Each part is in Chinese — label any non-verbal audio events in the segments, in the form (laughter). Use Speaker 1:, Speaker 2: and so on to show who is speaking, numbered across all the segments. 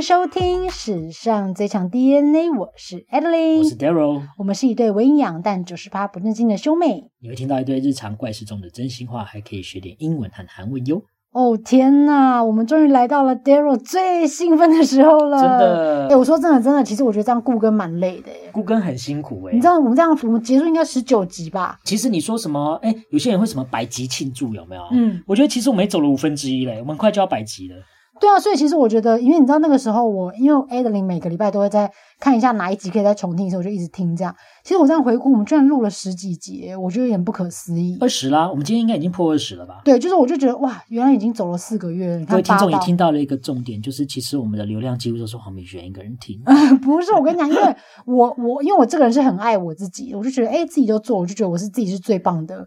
Speaker 1: 收听史上最强 DNA，我是 Adeline，
Speaker 2: 我是 Daryl，
Speaker 1: 我们是一对伪营养但九十八不正经的兄妹。
Speaker 2: 你会听到一堆日常怪事中的真心话，还可以学点英文和韩文哟。
Speaker 1: 哦天呐，我们终于来到了 Daryl 最兴奋的时候了！
Speaker 2: 真的
Speaker 1: 哎、我说真的，真的，其实我觉得这样顾根蛮累的耶。
Speaker 2: 顾根很辛苦哎、
Speaker 1: 你知道我们这样，我们结束应该十九集吧？
Speaker 2: 其实你说什么？哎、有些人会什么百集庆祝有没有？
Speaker 1: 嗯，
Speaker 2: 我觉得其实我们也走了五分之一嘞，我们快就要百集了。
Speaker 1: 对啊，所以其实我觉得，因为你知道那个时候我，因为 Adeline 每个礼拜都会在看一下哪一集可以再重听的时候，我就一直听这样。其实我这样回顾，我们居然录了十几集，我觉得有点不可思议。
Speaker 2: 二十啦，我们今天应该已经破二十了吧？
Speaker 1: 对，就是我就觉得哇，原来已经走了四个月了。你
Speaker 2: 各
Speaker 1: 看
Speaker 2: 位听
Speaker 1: 八
Speaker 2: 众也
Speaker 1: 到
Speaker 2: 听到了一个重点，就是其实我们的流量几乎都是黄美璇一个人
Speaker 1: (laughs)
Speaker 2: 听。
Speaker 1: (laughs) 嗯不是，我跟你讲，因为我我因为我这个人是很爱我自己，我就觉得哎、诶自己都做，我就觉得我是自己是最棒的，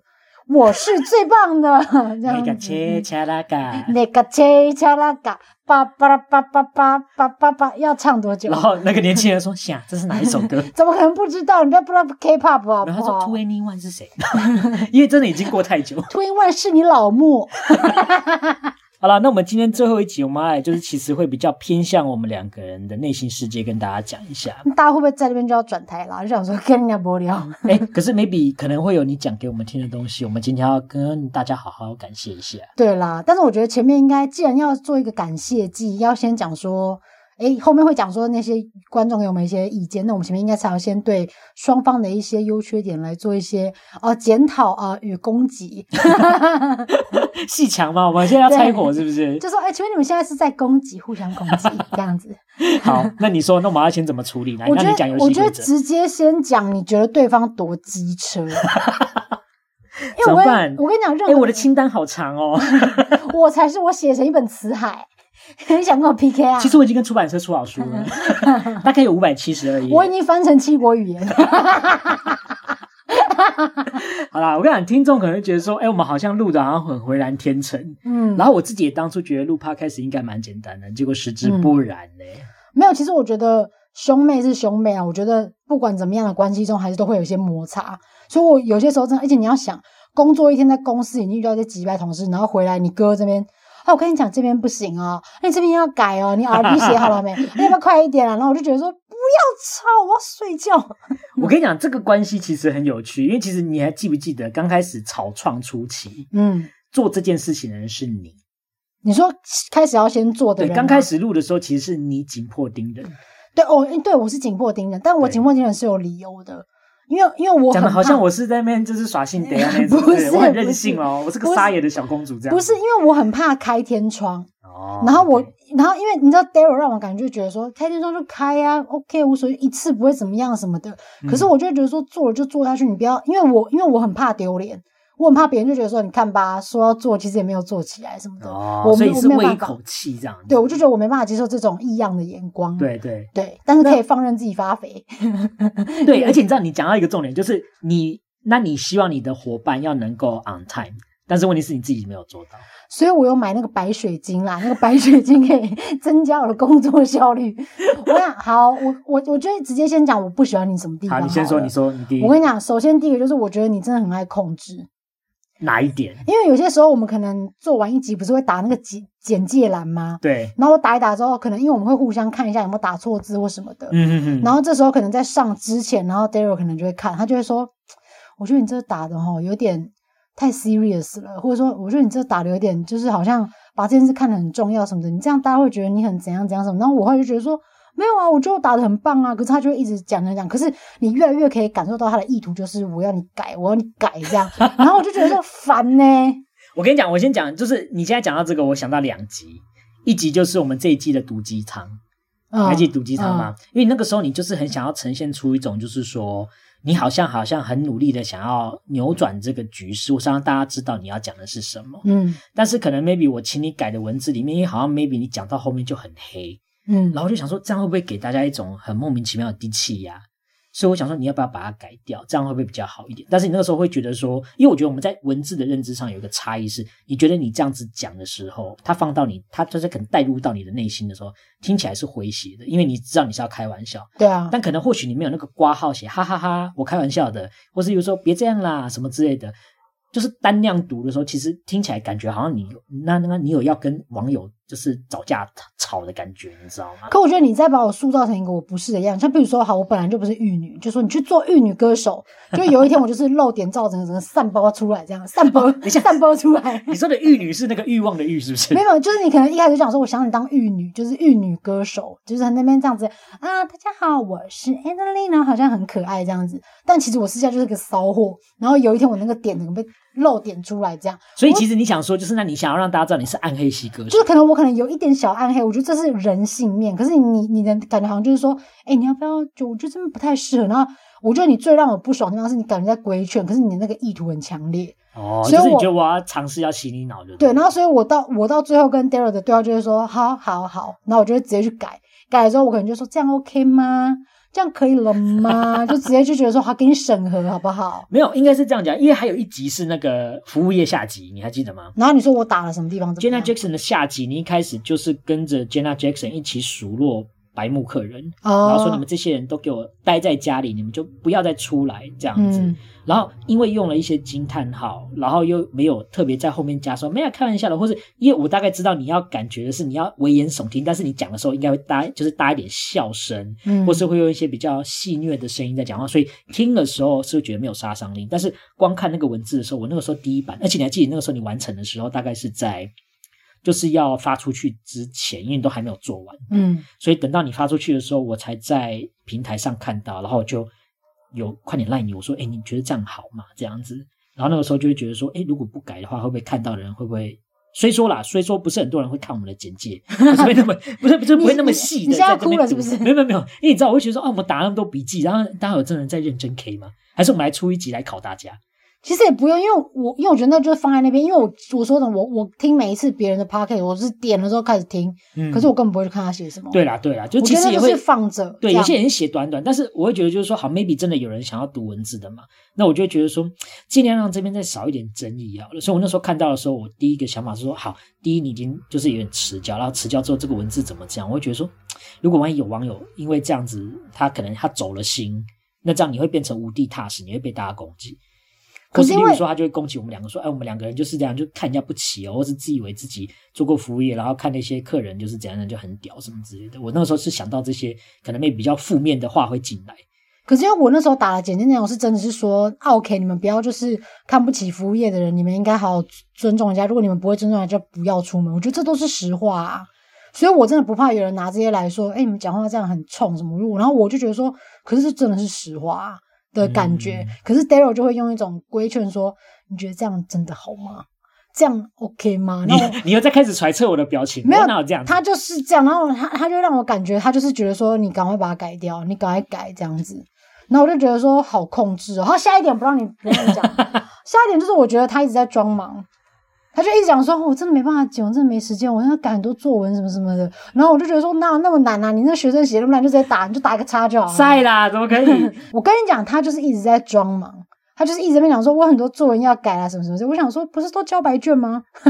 Speaker 1: 我是最棒的这样
Speaker 2: 那个切
Speaker 1: 子。
Speaker 2: 切拉嘎，
Speaker 1: 那个切恰拉嘎巴巴拉巴巴巴巴巴巴，要唱多久
Speaker 2: 然？后那个年轻人说：“ (laughs) 想这是哪一首
Speaker 1: (laughs)
Speaker 2: 歌？”
Speaker 1: 怎么可能不知道？你不要不知道 K-pop 好不
Speaker 2: 然后他说
Speaker 1: 好
Speaker 2: “To Anyone” 是谁？ (laughs) 因为真的已经过太久。
Speaker 1: ？Twin One 是你老木，
Speaker 2: 好了，那我们今天最后一集，我们来就是其实会比较偏向我们两个人的内心世界，跟大家讲
Speaker 1: (laughs)
Speaker 2: 一下。
Speaker 1: 大家会不会在那边就要转台啦？就想说跟人家无聊。
Speaker 2: 哎，可是 maybe 可能会有你讲给我们听的东西，我们今天要跟大家好好感谢一下。
Speaker 1: 对啦，但是我觉得前面应该，既然要做一个感谢祭，要先讲说，诶，后面会讲说那些观众给我们一些意见，那我们前面应该是要先对双方的一些优缺点来做一些哦、呃检讨啊、呃与攻
Speaker 2: (laughs)
Speaker 1: 击，
Speaker 2: 细强吗？我们现在要拆火是不是？
Speaker 1: 就说诶，请问你们现在是在攻击，互相
Speaker 2: (laughs)
Speaker 1: 攻击这样子？
Speaker 2: 好，那你说，那我们要先怎么处理？来，
Speaker 1: 我
Speaker 2: 那
Speaker 1: 觉
Speaker 2: 你讲游
Speaker 1: 得我
Speaker 2: 戏
Speaker 1: 觉得
Speaker 2: 规则。
Speaker 1: 直接先讲，你觉得对方多机
Speaker 2: (laughs)
Speaker 1: 车？因为
Speaker 2: 怎
Speaker 1: 我
Speaker 2: 么
Speaker 1: 跟
Speaker 2: 办
Speaker 1: 我跟你讲，任
Speaker 2: 哎，
Speaker 1: 何
Speaker 2: 我的清单好
Speaker 1: (laughs)
Speaker 2: 长哦。
Speaker 1: 我才是我写成一本词海， (laughs) 你想跟我 PK 啊？
Speaker 2: 其实我已经跟出版社出好书
Speaker 1: (laughs)
Speaker 2: 了，大概有五百七十而已。
Speaker 1: 我已经翻成七国语言。
Speaker 2: 好啦，我跟你讲，听众可能会觉得说，哎，我们好像录的好像很浑然天成。
Speaker 1: 嗯，
Speaker 2: 然后我自己也当初觉得录 podcast 应该蛮简单的，结果实质不
Speaker 1: 嗯
Speaker 2: 然呢、
Speaker 1: 没有，其实我觉得兄妹是兄妹啊，我觉得不管怎么样的关系中，还是都会有一些摩擦。所以我有些时候真的，而且你要想，工作一天在公司，你遇到一些几百同事，然后回来你哥这边。啊，我跟你讲，这边不行哦，那你这边要改哦，你
Speaker 2: (laughs)
Speaker 1: R B 写好了没？你要不要快一点啊？然后我就觉得说，不要吵，我要睡觉。
Speaker 2: 我跟你讲，这个关系其实很有趣，因为其实你还记不记得刚开始草创初期
Speaker 1: 嗯，
Speaker 2: 做这件事情的人是你？
Speaker 1: 你说开始要先做的
Speaker 2: 对，
Speaker 1: 人吗，
Speaker 2: 刚开始录的时候其实是你紧迫盯人，
Speaker 1: 对哦，诶对我是紧迫盯人，但我
Speaker 2: 对
Speaker 1: 紧迫盯人是有理由的，因为因为我
Speaker 2: 讲的
Speaker 1: 很
Speaker 2: 好像
Speaker 1: 怕
Speaker 2: 我是在那边就是耍性
Speaker 1: (laughs)
Speaker 2: 得啊那
Speaker 1: 不
Speaker 2: 种，对
Speaker 1: 是
Speaker 2: 我很
Speaker 1: 不
Speaker 2: 任
Speaker 1: 是
Speaker 2: 性哦，我是个
Speaker 1: 不是
Speaker 2: 撒野的小公主这样。
Speaker 1: 不是因，为我很怕开天窗，
Speaker 2: 哦、
Speaker 1: 然后我
Speaker 2: OK，
Speaker 1: 然后因为你知道 Daryl 让我感觉就觉得说开天窗就开呀、啊、，OK 无所谓，一次不会怎么样什么的。
Speaker 2: 嗯
Speaker 1: 可是我就会觉得说做了就做下去，你不要因为我因为我很怕丢脸，我很怕别人就觉得说你看吧，说要做其实也没有做起来什么的。
Speaker 2: 哦，
Speaker 1: 我
Speaker 2: 所
Speaker 1: 没
Speaker 2: 以
Speaker 1: 我
Speaker 2: 是
Speaker 1: 没有
Speaker 2: 为一
Speaker 1: 办法
Speaker 2: 口，气这样子。
Speaker 1: 对我就觉得我没办法接受这种异样的眼光。
Speaker 2: 对对
Speaker 1: 对，但是可以放任自己发肥。 (laughs)
Speaker 2: 对，而且你知道，你讲到一个重点，就是你，那你希望你的伙伴要能够 on time，但是问题是你自己没有做到。
Speaker 1: 所以我有买那个白水晶啦，那个白水晶可以 (laughs) 增加我的工作效率。 (laughs) 我想好，我我我觉得直接先讲我不喜欢你什么地方
Speaker 2: 好，
Speaker 1: 了。
Speaker 2: 你先说，你说你第一
Speaker 1: 我跟你讲，首先第一个就是我觉得你真的很爱控制，
Speaker 2: 哪一点？
Speaker 1: 因为有些时候我们可能做完一集不是会打那个简简介栏吗？
Speaker 2: 对，
Speaker 1: 然后我打一打之后，可能因为我们会互相看一下有没有打错字或什么的，
Speaker 2: 嗯哼哼，
Speaker 1: 然后这时候可能在上之前，然后 Daryl 可能就会看，他就会说，我觉得你这打的哈有点太 serious 了，或者说我觉得你这打的有点就是好像把这件事看得很重要什么的，你这样大家会觉得你很怎样怎样什么，然后我后来就觉得说。没有啊，我觉得我打的很棒啊，可是他就会一直讲讲讲，可是你越来越可以感受到他的意图，就是我要你改，我要你改这样，然后我就觉得说 (laughs) 烦呢、
Speaker 2: 我跟你讲，我先讲，就是你现在讲到这个，我想到两集，一集就是我们这一季的毒鸡汤，你
Speaker 1: 嗯
Speaker 2: 还记得毒鸡汤吗？因为那个时候你就是很想要呈现出一种，就是说你好像好像很努力的想要扭转这个局势，我想让大家知道你要讲的是什么。
Speaker 1: 嗯
Speaker 2: 但是可能 maybe 我请你改的文字里面，因为好像 maybe 你讲到后面就很黑，
Speaker 1: 嗯
Speaker 2: 然后我就想说，这样会不会给大家一种很莫名其妙的低气压？所以我想说，你要不要把它改掉？这样会不会比较好一点？但是你那个时候会觉得说，因为我觉得我们在文字的认知上有一个差异是，你觉得你这样子讲的时候，它放到你，它就是可能带入到你的内心的时候，听起来是诙谐的，因为你知道你是要开玩笑，
Speaker 1: 对啊，
Speaker 2: 但可能或许你没有那个挂号写哈哈哈我开玩笑的，或是有时候别这样啦什么之类的，就是单量读的时候，其实听起来感觉好像你有那那你有要跟网友就是找架吵的感觉，你知道吗？
Speaker 1: 可我觉得你再把我塑造成一个我不是的样子，像比如说，好，我本来就不是玉女，就说你去做玉女歌手，就有一天我就是露点照，整个整个散播出来，这样 (laughs) 散播，散播出来。
Speaker 2: 你说的玉女是那个欲望的欲，是不是
Speaker 1: 没？有，就是你可能一开始就想说，我想你当玉女，就是玉女歌手，就是那边这样子啊，大家好，我是 Angelina，好像很可爱这样子。但其实我私下就是个骚货，然后有一天我那个点整个被露点出来，这样
Speaker 2: 所以其实你想说，就是那你想要让大家知道你是暗黑系歌
Speaker 1: 就
Speaker 2: 手，
Speaker 1: 是可能我可能有一点小暗黑，我觉得这是人性面。可是你你的感觉好像就是说，哎，你要不要就我觉得真的不太适合。然后我觉得你最让我不爽的地方是你感觉在规劝，可是你的那个意图很强烈。
Speaker 2: 哦，
Speaker 1: 所以
Speaker 2: 就是你
Speaker 1: 我
Speaker 2: 觉得我要尝试要洗你脑，就
Speaker 1: 对，
Speaker 2: 了
Speaker 1: 然后所以我到我到最后跟 Daryl 的对话就是说，好好好，然后我就会直接去改，改了之后我可能就说这样 OK 吗？这样可以了吗？ (laughs) 就直接就觉得说好，给你审核好不好？
Speaker 2: 没有，应该是这样讲，因为还有一集是那个服务业下集，你还记得吗？
Speaker 1: 然后你说我打了什么地方怎么
Speaker 2: Jenna
Speaker 1: 样？
Speaker 2: Jackson 的下集，你一开始就是跟着 Jenna Jackson 一起数落白目客人，然后说你
Speaker 1: 哦
Speaker 2: 们，这些人都给我待在家里，你们就不要再出来这样子。
Speaker 1: 嗯
Speaker 2: 然后因为用了一些惊叹号，然后又没有特别在后面加说没有啊开玩笑的，或是因为我大概知道你要感觉的是你要危言耸听，但是你讲的时候应该会搭就是搭一点笑声，
Speaker 1: 嗯，
Speaker 2: 或是会用一些比较戏谑的声音在讲话，所以听的时候是会觉得没有杀伤力。但是光看那个文字的时候，我那个时候第一版，而且你还记得那个时候你完成的时候，大概是在就是要发出去之前，因为你都还没有做完，
Speaker 1: 嗯
Speaker 2: 所以等到你发出去的时候，我才在平台上看到，然后我就有快点赖你，我说，哎，你觉得这样好吗？这样子，然后那个时候就会觉得说，哎，如果不改的话，会不会看到的人会不会？虽说啦，虽说不是很多人会看我们的简介，不是
Speaker 1: (laughs)
Speaker 2: 会那么不是不是不会那么细
Speaker 1: 你
Speaker 2: 的
Speaker 1: 是要
Speaker 2: 在这边
Speaker 1: 哭了
Speaker 2: 读
Speaker 1: 是不是
Speaker 2: 没有没有没有，因为你知道我会觉得说，哦，我们打那么多笔记，然后大家有真人在认真 K 吗？还是我们来出一集来考大家？
Speaker 1: 其实也不用，因为我因为我觉得那就是放在那边，因为我我说的我我听每一次别人的 p o c a s t 我是点了之后开始听，
Speaker 2: 嗯
Speaker 1: 可是我根本不会去看他写什么。
Speaker 2: 对，啦对啦，就
Speaker 1: 我
Speaker 2: 其
Speaker 1: 觉
Speaker 2: 实
Speaker 1: 得
Speaker 2: 也
Speaker 1: 就
Speaker 2: 会
Speaker 1: 是放着。
Speaker 2: 对，
Speaker 1: 这
Speaker 2: 有
Speaker 1: 样
Speaker 2: 些人写短短，但是我会觉得就是说，好，maybe 真的有人想要读文字的嘛，那我就会觉得说，尽量让这边再少一点争议啊。所以我那时候看到的时候，我第一个想法是说，好，第一你已经就是有点迟交，然后迟交之后这个文字怎么讲，我会觉得说，如果万一有网友因为这样子，他可能他走了心，那这样你会变成无地踏实，你会被大家攻击。
Speaker 1: 可是
Speaker 2: 或
Speaker 1: 因
Speaker 2: 例如
Speaker 1: 为
Speaker 2: 说，他就会攻击我们两个，说：“哎，我们两个人就是这样，就看人家不起哦，或是自以为自己做过服务业，然后看那些客人就是怎样的就很屌什么之类的。”我那个时候是想到这些，可能 maybe 比较负面的话会进
Speaker 1: (laughs)
Speaker 2: 来。
Speaker 1: 可是因为我那时候打的简介内容是真的是说啊，OK，你们不要就是看不起服务业的人，你们应该好好尊重人家。如果你们不会尊重人家，就不要出门。我觉得这都是实话啊。所以我真的不怕有人拿这些来说，哎、你们讲话这样很冲什么路。然后我就觉得说，可是这真的是实话、啊、的感觉。
Speaker 2: 嗯
Speaker 1: 可是 Daryl 就会用一种规劝说，你觉得这样真的好吗？这样 OK 吗？
Speaker 2: 你
Speaker 1: 那我
Speaker 2: 你又在开始揣测我的表
Speaker 1: (laughs)
Speaker 2: 情，
Speaker 1: 没有
Speaker 2: 我哪有这样子？
Speaker 1: 他就是这样，然后他他就让我感觉他就是觉得说你赶快把它改掉，你赶快改这样子。然后我就觉得说好控制哦。他下一点不让你不让你
Speaker 2: (laughs)
Speaker 1: 讲，下一点就是我觉得他一直在装忙，他就一直讲说哦我真的没办法剪，我真的没时间，我要改很多作文什么什么的。然后我就觉得说那那么难啊，你那学生写那么难，就直接打你就打一个叉就好了。
Speaker 2: 晒啦，怎
Speaker 1: (laughs)
Speaker 2: 么可以？
Speaker 1: 我跟你讲，他就是一直在装忙，他就是一直在那边讲说，我很多作文要改啊，什么什么的。我想说，不是都交白卷吗？ (laughs)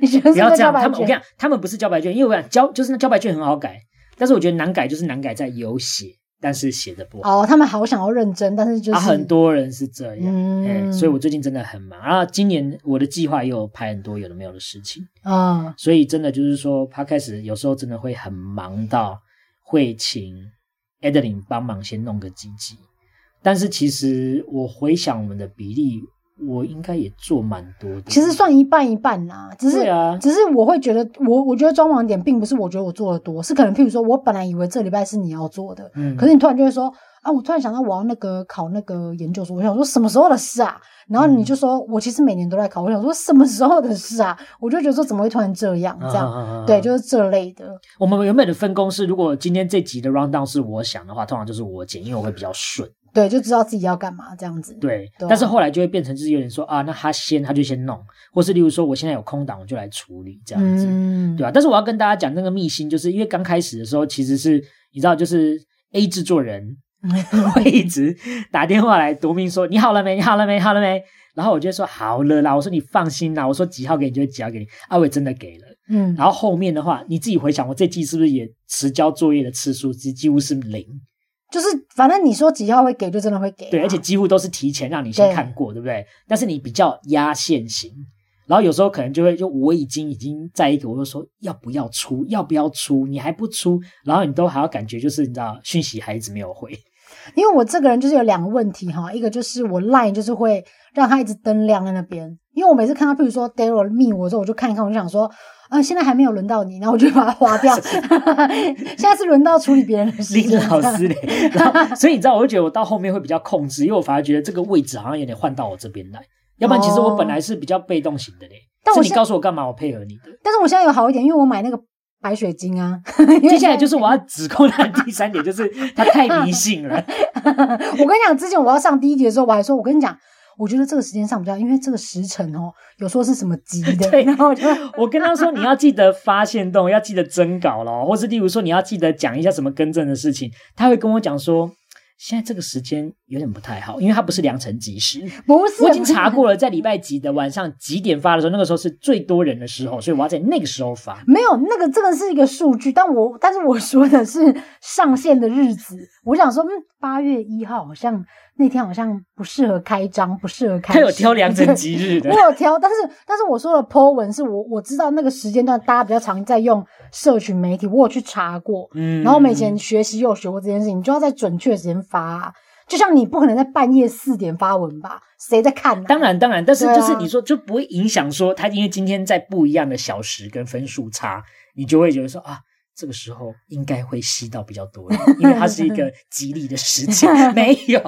Speaker 1: 你学生
Speaker 2: 不要
Speaker 1: 都
Speaker 2: 这
Speaker 1: 交
Speaker 2: 样，
Speaker 1: 白
Speaker 2: 他
Speaker 1: 卷？
Speaker 2: 们我跟你讲，他们不是交白卷，因为我跟你讲交就是那交白卷很好改，但是我觉得难改就是难改在有写，但是写的不好。
Speaker 1: 哦，他们好想要认真，但是就是、
Speaker 2: 啊，很多人是这样，
Speaker 1: 嗯
Speaker 2: 哎所以我最近真的很忙。然后今年我的计划也有排很多有的没有的事情，
Speaker 1: 啊、
Speaker 2: 所以真的就是说，他开始有时候真的会很忙到会请 Adeline 帮忙先弄个几集。但是其实我回想我们的比例，我应该也做蛮多的。
Speaker 1: 其实算一半一半啦，只是
Speaker 2: 对啊，
Speaker 1: 只是我会觉得，我我觉得装忙点并不是我觉得我做的多，是可能譬如说我本来以为这礼拜是你要做的，
Speaker 2: 嗯，
Speaker 1: 可是你突然就会说啊，我突然想到我要那个考那个研究所，我想说什么时候的事啊？然后你就说、我其实每年都在考，我想说什么时候的事啊？我就觉得说怎么会突然这样
Speaker 2: 啊
Speaker 1: 这样。
Speaker 2: 样
Speaker 1: 对，就是这类的。
Speaker 2: 我们原本的分工是，如果今天这集的 round down 是我想的话，通常就是我剪，因为我会比较顺。
Speaker 1: 对，就知道自己要干嘛这样子。
Speaker 2: 对，
Speaker 1: 对啊
Speaker 2: 但是后来就会变成就是有点说啊，那他先他就先弄，或是例如说我现在有空档我就来处理这样子，
Speaker 1: 嗯，
Speaker 2: 对吧、啊但是我要跟大家讲那个秘辛，就是因为刚开始的时候其实是你知道，就是 A 制作人 (laughs) 会一直打电话来夺命说你好了没，你好了没，好了没，然后我就说好了啦，我说你放心啦，我说几号给你就几号给你，阿、伟真的给了。 (laughs)
Speaker 1: 嗯， (laughs)
Speaker 2: 然后后面的话，你自己回想，我这季是不是也迟交作业的次数几几乎是零？
Speaker 1: 就是反正你说几号会给，就真的会给啊。
Speaker 2: 对，而且几乎都是提前让你先
Speaker 1: 对
Speaker 2: 看过，对不对？但是你比较压线型，然后有时候可能就会就我已经已经在一个，我就说要不要出，要不要出，你还不出，然后你都还要感觉就是你知道讯息还一直没
Speaker 1: (laughs)
Speaker 2: 有回，
Speaker 1: 因为我这个人就是有两个问题哈，一个就是我 line 就是会让它一直灯亮在那边，因为我每次看到，譬如说 Daryl 密我之后，我就看一看，我就想说，呃，现在还没有轮到你，然后我就把它划掉。 (laughs) 现在是轮到处理别人的事
Speaker 2: 林
Speaker 1: 情。
Speaker 2: 老师嘞，然后所以你知道，我就觉得我到后面会比较控制，因为我反而觉得这个位置好像有点换到我这边来，要不然其实我本来是比较被动型的嘞。
Speaker 1: 哦但我
Speaker 2: 是你
Speaker 1: 现
Speaker 2: 告诉我干嘛，我配合你的。
Speaker 1: 但是我现在有好一点，因为我买那个白水晶啊。 (laughs)
Speaker 2: 接下来就是我要指控他的第三点，就是他太迷信了。
Speaker 1: 我跟你讲，之前我要上第一节的时候，我还说，我跟你讲，我觉得这个时间上比较，因为这个时辰哦，有说是什么吉的，
Speaker 2: 对
Speaker 1: 然后我就 (laughs)
Speaker 2: 我跟他说，你要记得发现动，要记得征稿咯，或是例如说你要记得讲一下什么更正的事情。他会跟我讲说，现在这个时间有点不太好，因为它不是良辰
Speaker 1: (laughs)
Speaker 2: 吉时。
Speaker 1: 不是
Speaker 2: 我已经查过了，在礼拜几的晚上几点发的时候，那个时候是最多人的时候，所以我要在那个时候
Speaker 1: (laughs)
Speaker 2: 发。
Speaker 1: 没有，那个这个是一个数据，但我但是我说的是上线的日子。我想说，嗯，八月一号好像那天好像不适合开张，不适合开
Speaker 2: 他
Speaker 1: 市。
Speaker 2: 有挑良辰吉日
Speaker 1: 对 (laughs)
Speaker 2: 的
Speaker 1: 我，有挑，但是但是我说的 po 文是我我知道那个时间段大家比较常在用社群媒体，我有去查过。
Speaker 2: 嗯
Speaker 1: 然后我们以前学习又学过这件事情，你就要在准确的时间发啊、就像你不可能在半夜四点发文吧？谁在看、啊？
Speaker 2: 当然当然，但是
Speaker 1: 对啊
Speaker 2: 就是你说就不会影响说他因为今天在不一样的小时跟分数差，你就会觉得说啊。这个时候应该会吸到比较
Speaker 1: (laughs)
Speaker 2: 多人，因为它是一个吉利的时间。没有，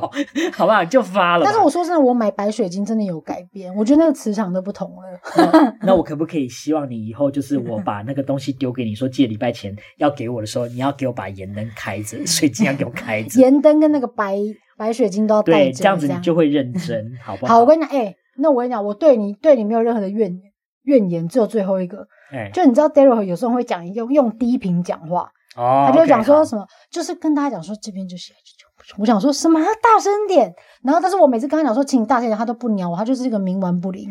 Speaker 2: 好不好？就发了吧。
Speaker 1: 但是我说真的，我买白水晶真的有改变，我觉得那个磁场都不同了。
Speaker 2: 那那我可不可以希望你以后就是我把那个东西丢给你说，借礼拜前要给我的时候，你要给我把盐灯
Speaker 1: (laughs)
Speaker 2: 开着，所以尽量给我开着。
Speaker 1: 盐灯跟那个白白水晶都要带
Speaker 2: 对，
Speaker 1: 着，
Speaker 2: 这样子你就会认真，好不
Speaker 1: 好。我跟你讲，哎、那我跟你讲，我对你对你没有任何的怨怨言，只有最后一个，
Speaker 2: 哎，
Speaker 1: 就你知道 Daryl 有时候会讲用用低频讲话，
Speaker 2: 哦，
Speaker 1: 他就会
Speaker 2: OK，
Speaker 1: 讲说
Speaker 2: 好
Speaker 1: 什么就是跟大家讲说这边就写。我想说什么？大声点！然后，但是我每次跟他讲说，请你大声点，他都不鸟我，他就是一个冥顽不灵。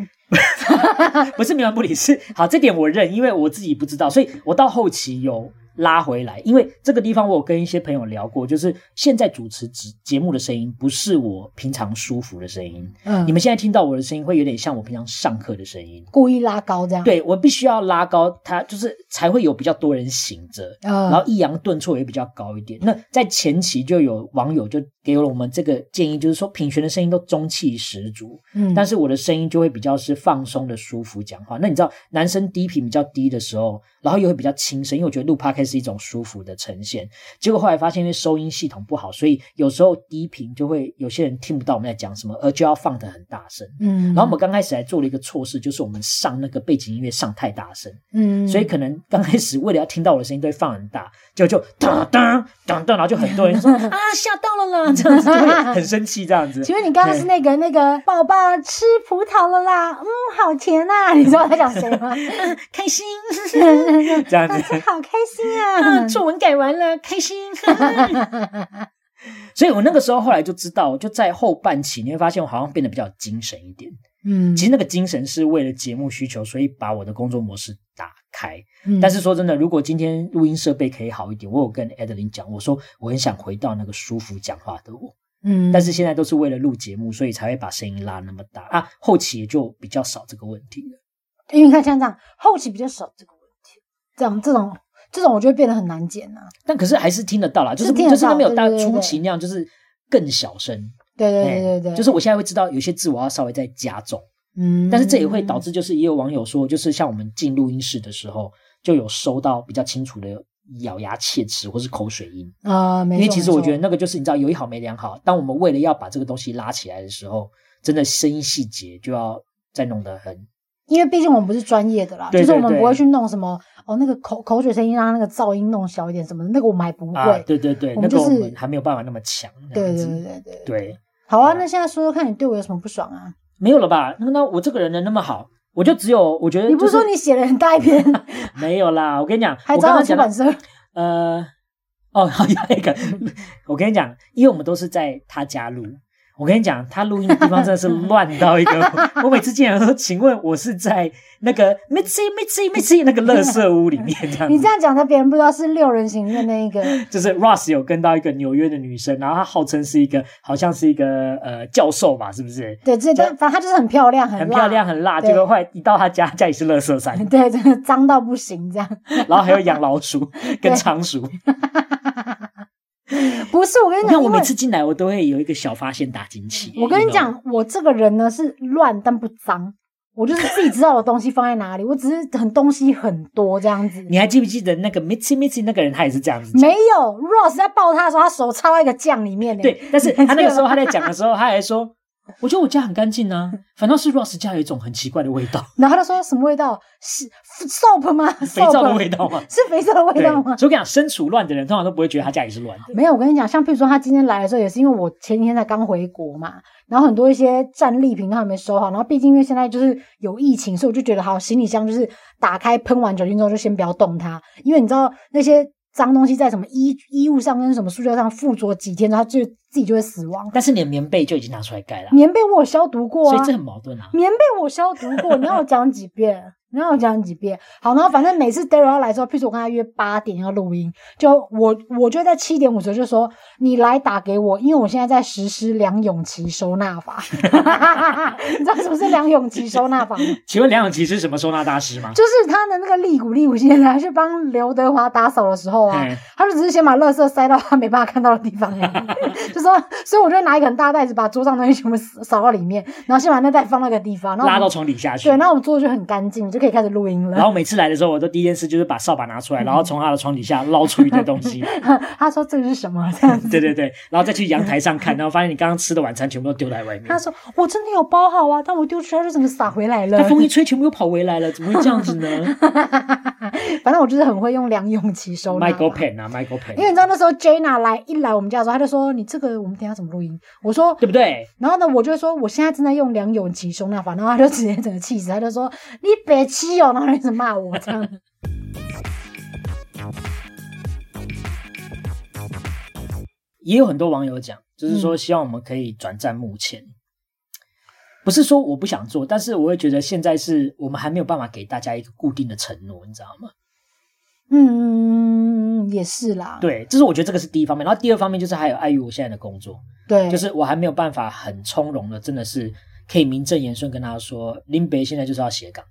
Speaker 2: 不是冥顽不灵，是 (laughs) 好这点我认，因为我自己不知道，所以我到后期有拉回来，因为这个地方我有跟一些朋友聊过，就是现在主持节节目的声音不是我平常舒服的声音，
Speaker 1: 嗯，
Speaker 2: 你们现在听到我的声音会有点像我平常上课的声音，
Speaker 1: 故意拉高这样？，
Speaker 2: 对我必须要拉高它，就是才会有比较多人醒着。
Speaker 1: 嗯，
Speaker 2: 然后抑扬顿挫也比较高一点。那在前期就有网友就给了我们这个建议，就是说品璇的声音都中气十足，
Speaker 1: 嗯，
Speaker 2: 但是我的声音就会比较是放松的、舒服讲话。那你知道，男生低频比较低的时候，然后又会比较轻声，因为我觉得录 p o d 是一种舒服的呈现。结果后来发现，因为收音系统不好，所以有时候低频就会有些人听不到我们在讲什么，而就要放得很大声。
Speaker 1: 嗯，
Speaker 2: 然后我们刚开始还做了一个措施，就是我们上那个背景音乐上太大声，
Speaker 1: 嗯，
Speaker 2: 所以可能刚开始为了要听到我的声音，都会放很大，结果就当当当当，然后就很多人
Speaker 1: (laughs)
Speaker 2: 说啊吓到了啦，这样子就会很生气这样子。
Speaker 1: 请问你刚刚是那个那个宝宝吃葡萄了啦？嗯，好甜呐、 (laughs) 你知道他讲谁
Speaker 2: (laughs)
Speaker 1: 吗？
Speaker 2: 开心这
Speaker 1: 大
Speaker 2: 样子
Speaker 1: 家好开心啊
Speaker 2: 啊，！作文改完了，开心。 (laughs) 所以我那个时候后来就知道，就在后半期你会发现我好像变得比较精神一点。
Speaker 1: 嗯
Speaker 2: 其实那个精神是为了节目需求，所以把我的工作模式打开。
Speaker 1: 嗯
Speaker 2: 但是说真的，如果今天录音设备可以好一点，我有跟 Adeline 讲，我说我很想回到那个舒服讲话的我。
Speaker 1: 嗯
Speaker 2: 但是现在都是为了录节目，所以才会把声音拉那么大啊。后期也就比较少这个问题了。
Speaker 1: 因为你看像这样，后期比较少这个问题，这样这种这种我觉得变得很难剪啊。
Speaker 2: 但可是还是听得到啦，就是
Speaker 1: 是听得到
Speaker 2: 就是没有到
Speaker 1: 对对对
Speaker 2: 初
Speaker 1: 对
Speaker 2: 期那样，就是更小声。
Speaker 1: 对对对
Speaker 2: 哎
Speaker 1: 对对，
Speaker 2: 就是我现在会知道有些字我要稍微再加重，
Speaker 1: 嗯，
Speaker 2: 但是这也会导致就是也有网友说，就是像我们进录音室的时候，就有收到比较清楚的咬牙切齿或是口水音。
Speaker 1: 啊、没
Speaker 2: 因
Speaker 1: 错
Speaker 2: 为其实
Speaker 1: 没错
Speaker 2: 我觉得那个就是你知道有一好没两好，当我们为了要把这个东西拉起来的时候，真的声音细节就要再弄得很
Speaker 1: 因为毕竟我们不是专业的啦，
Speaker 2: 对对
Speaker 1: 就是我们
Speaker 2: 对
Speaker 1: 不会去弄什么哦，那个口口水声音啊让那个噪音弄小一点什么的，那个我们还不会。
Speaker 2: 啊，对对对，
Speaker 1: 我
Speaker 2: 那
Speaker 1: 们
Speaker 2: 个
Speaker 1: 就
Speaker 2: 我
Speaker 1: 是
Speaker 2: 们还没有办法那么强。这
Speaker 1: 对
Speaker 2: 样
Speaker 1: 对
Speaker 2: 子
Speaker 1: 对对对对。
Speaker 2: 对，
Speaker 1: 好啊，那现在说说看你对我有什么不爽啊？
Speaker 2: 没有了吧？那那我这个人人那么好，我就只有我觉得、
Speaker 1: 你不是说你写了很大一篇，
Speaker 2: 没有啦？我跟你讲，
Speaker 1: 还
Speaker 2: 我
Speaker 1: 找
Speaker 2: 刚刚
Speaker 1: 我出
Speaker 2: 讲到
Speaker 1: 版社？
Speaker 2: (laughs) 呃，哦，好有一个，我跟你讲，因为我们都是在他家录，我跟你讲，他录音的地方
Speaker 1: (laughs)
Speaker 2: 真的是乱到一个， (laughs) 我每次进来都说，请问我是在那个 Mitzi Mitzi Mitzi 那个垃圾屋里面这样子。
Speaker 1: 你这样讲，他别人不知道是六人行的那一
Speaker 2: (laughs)
Speaker 1: 个，
Speaker 2: 就是 Ross 有跟到一个纽约的女生，然后她号称是一个好像是一个呃教授吧，是不是？
Speaker 1: 对，这但反正他就是很漂亮，很
Speaker 2: 很
Speaker 1: 辣
Speaker 2: 漂亮，，很辣，
Speaker 1: 对
Speaker 2: 结果后来一到她家，家里是垃圾
Speaker 1: (laughs)
Speaker 2: 山，
Speaker 1: 对，真的脏到不行，这样
Speaker 2: 然后还有养老鼠跟
Speaker 1: 对
Speaker 2: 仓鼠。
Speaker 1: 不是我跟你
Speaker 2: 你
Speaker 1: 讲，
Speaker 2: 看
Speaker 1: 因
Speaker 2: 我
Speaker 1: 为
Speaker 2: 每次进来，我都会有一个小发现打惊奇。
Speaker 1: 我跟你
Speaker 2: know
Speaker 1: 讲，我这个人呢是乱但不脏，我就是自己知道我东西放在哪里，我只是很东西很多这样子。
Speaker 2: 你还记不记得那个 Mitzi Mitzi 那个人，他也是这样子讲。
Speaker 1: 没有，Ross 在抱他的时候，他手插到一个酱里面呢。
Speaker 2: 对，但是他那个时候他在讲的时候，他还说：“我觉得我家很干净啊，反倒是 Ross 家有一种很奇怪的味
Speaker 1: (laughs)
Speaker 2: 道，
Speaker 1: 然后他就说什么味道？是 soap 吗？
Speaker 2: 肥皂的
Speaker 1: soap？
Speaker 2: 味道嘛。
Speaker 1: 是肥皂的”味
Speaker 2: 对，
Speaker 1: 道
Speaker 2: 所以
Speaker 1: 吗
Speaker 2: 我？跟你讲，身处乱的人通常都不会觉得他家里是乱的。
Speaker 1: 没有，我跟你讲，像譬如说他今天来的时候，也是因为我前几天才刚回国嘛，然后很多一些战利品都还没收好，然后毕竟因为现在就是有疫情，所以我就觉得好，行李箱就是打开喷完酒精之后就先不要动它，因为你知道那些脏东西在什么衣衣物上跟什么塑胶上附着几天，然后就自己就会死亡。
Speaker 2: 但是你的棉被就已经拿出来盖了啊，
Speaker 1: 棉被我有消毒过
Speaker 2: 所
Speaker 1: 啊，
Speaker 2: 以这很矛盾啊。
Speaker 1: (laughs) 棉被我消毒过，你要我讲几遍？ (laughs) 你要我讲几遍？好，然后反正每次 Daryl 要来之后，譬如说我跟他约八点要录音，就我我就在七点五十就说你来打给我，因为我现在在实施梁咏琪收纳法。 (laughs) 你知道什么是梁咏琪收纳法吗？
Speaker 2: 请问梁咏琪是什么收纳大师吗？
Speaker 1: 就是他的那个利古利古先生去帮刘德华打扫的时候啊
Speaker 2: 嗯，
Speaker 1: 他就只是先把垃圾塞到他没办法看到的地方而已， (laughs) 就说，所以我就拿一个很大袋子把桌上的东西全部扫到里面，然后先把那袋放到一个地方，然后我们
Speaker 2: 拉到床底下去
Speaker 1: 对，。那我们桌子就很干净，就可以开始录音
Speaker 2: 然
Speaker 1: 了。
Speaker 2: 后每次来的时候，我都第一件事就是把扫把拿出
Speaker 1: 嗯
Speaker 2: 来，然后从他的床底下捞出一堆东西。 (laughs)
Speaker 1: (laughs) 他说这个是什么？这样子。
Speaker 2: 对对对，然后再去阳台上看，然后发现你刚刚吃的晚餐全部都丢在外面。
Speaker 1: 他说我真的有包好啊，但我丢出来就整个撒回来了
Speaker 2: 他。风一吹，全部又跑回来了，怎么会这样子呢
Speaker 1: (laughs) 反正我就是很会用梁咏琪收纳。
Speaker 2: ？Michael Pan 啊，Michael
Speaker 1: 因为你
Speaker 2: Pan，
Speaker 1: 知道那时候 Jenna 来一来我们家的时候，他就说你这个我们等一下怎么录音？我说
Speaker 2: 对不对？
Speaker 1: 然后呢，我就说我现在正在用梁咏琪收纳法，然后他就直接整个气死，他就说你别气哦，然后他就一直骂我
Speaker 2: (laughs)
Speaker 1: 这样。嗯
Speaker 2: 也有很多网友讲，就是说希望我们可以转战幕前。不是说我不想做，但是我会觉得现在是我们还没有办法给大家一个固定的承诺，你知道吗？
Speaker 1: 嗯，也是啦，
Speaker 2: 对，这是我觉得这个是第一方面，然后第二方面就是还有碍于我现在的工作，
Speaker 1: 对，
Speaker 2: 就是我还没有办法很从容的，真的是可以名正言顺跟大家说，林北现在就是要斜杠。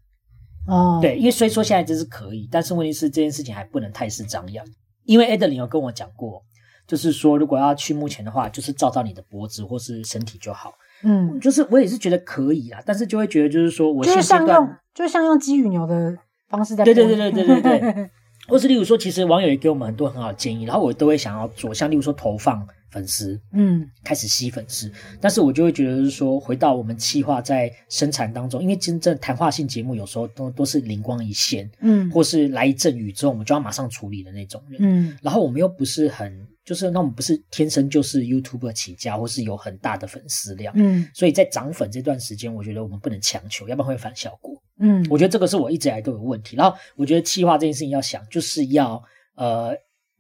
Speaker 1: 哦，
Speaker 2: 对，因为虽说现在这是可以，但是问题是这件事情还不能太是张扬，因为 a d e l i n 有跟我讲过，就是说如果要去目前的话，就是照到你的脖子或是身体就好。
Speaker 1: 嗯，
Speaker 2: 就是我也是觉得可以啊啦，但是就会觉得就是说我
Speaker 1: 就
Speaker 2: 现
Speaker 1: 是
Speaker 2: 阶
Speaker 1: 像用
Speaker 2: 段，
Speaker 1: 就是像用鸡与牛的方式在
Speaker 2: 对
Speaker 1: 播
Speaker 2: 对
Speaker 1: 音，
Speaker 2: 对对对对
Speaker 1: (laughs)
Speaker 2: 对，或是例如说，其实网友也给我们很多很好的建议，然后我都会想要做，像例如说投放粉丝。
Speaker 1: 嗯，
Speaker 2: 开始吸粉丝，但是我就会觉得是说，回到我们企划在生产当中，因为真正谈话性节目有时候都都是灵光一现，
Speaker 1: 嗯
Speaker 2: 或是来一阵雨之后，我们就要马上处理的那种人。
Speaker 1: 嗯
Speaker 2: 然后我们又不是很，就是那我们不是天生就是 YouTuber 起家，或是有很大的粉丝量，
Speaker 1: 嗯
Speaker 2: 所以在涨粉这段时间，我觉得我们不能强求，要不然会反效果。
Speaker 1: 嗯，
Speaker 2: 我觉得这个是我一直以来都有问题。然后我觉得企划这件事情要想，就是要呃，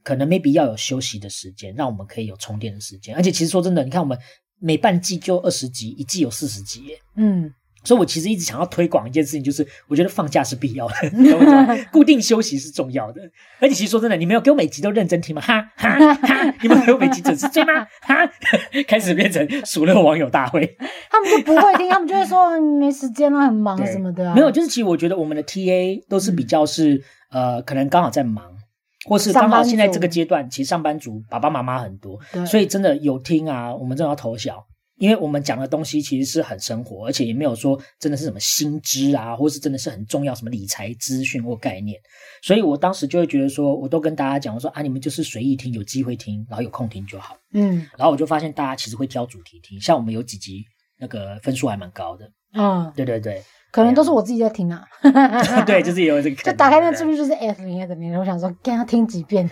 Speaker 2: 可能 maybe 要有休息的时间，让我们可以有充电的时间。而且其实说真的，你看我们每半季就二十集，一季有四十集耶。
Speaker 1: 嗯
Speaker 2: 所以我其实一直想要推广一件事情，就是我觉得放假是必要的， (laughs) 你懂我意思
Speaker 1: (laughs)
Speaker 2: 吗固定休息是重要的。而且其实说真的，你们有给我每集都认真听吗？哈哈哈！你们有给我每集准时追吗？哈， (laughs) 开始变成数落网友大会。
Speaker 1: 他们就不会听，他们就会说
Speaker 2: (laughs)
Speaker 1: 嗯没时间了，很忙
Speaker 2: 对
Speaker 1: 什么的啊，嗯
Speaker 2: 没有，就是其实我觉得我们的 TA 都是比较是、呃，可能刚好在忙，或是刚
Speaker 1: 上班
Speaker 2: 好
Speaker 1: 族
Speaker 2: 现在这个阶段，其实上班族爸爸妈妈很多，
Speaker 1: 对，
Speaker 2: 所以真的有听啊，我们真的要投降。因为我们讲的东西其实是很生活，而且也没有说真的是什么新知啊，或是真的是很重要什么理财资讯或概念，所以我当时就会觉得说，我都跟大家讲，我说啊，你们就是随意听，有机会听，然后有空听就好。
Speaker 1: 嗯
Speaker 2: 然后我就发现大家其实会挑主题听，像我们有几集那个分数还蛮高的，
Speaker 1: 嗯，
Speaker 2: 对对对，
Speaker 1: 可能都是我自己在听啊，(laughs)
Speaker 2: (laughs) 对，就是也有这个可
Speaker 1: 就
Speaker 2: 能，
Speaker 1: 打开那个
Speaker 2: 对不对
Speaker 1: 字幕就是哎 S 零 S 零，我想说跟他听几遍，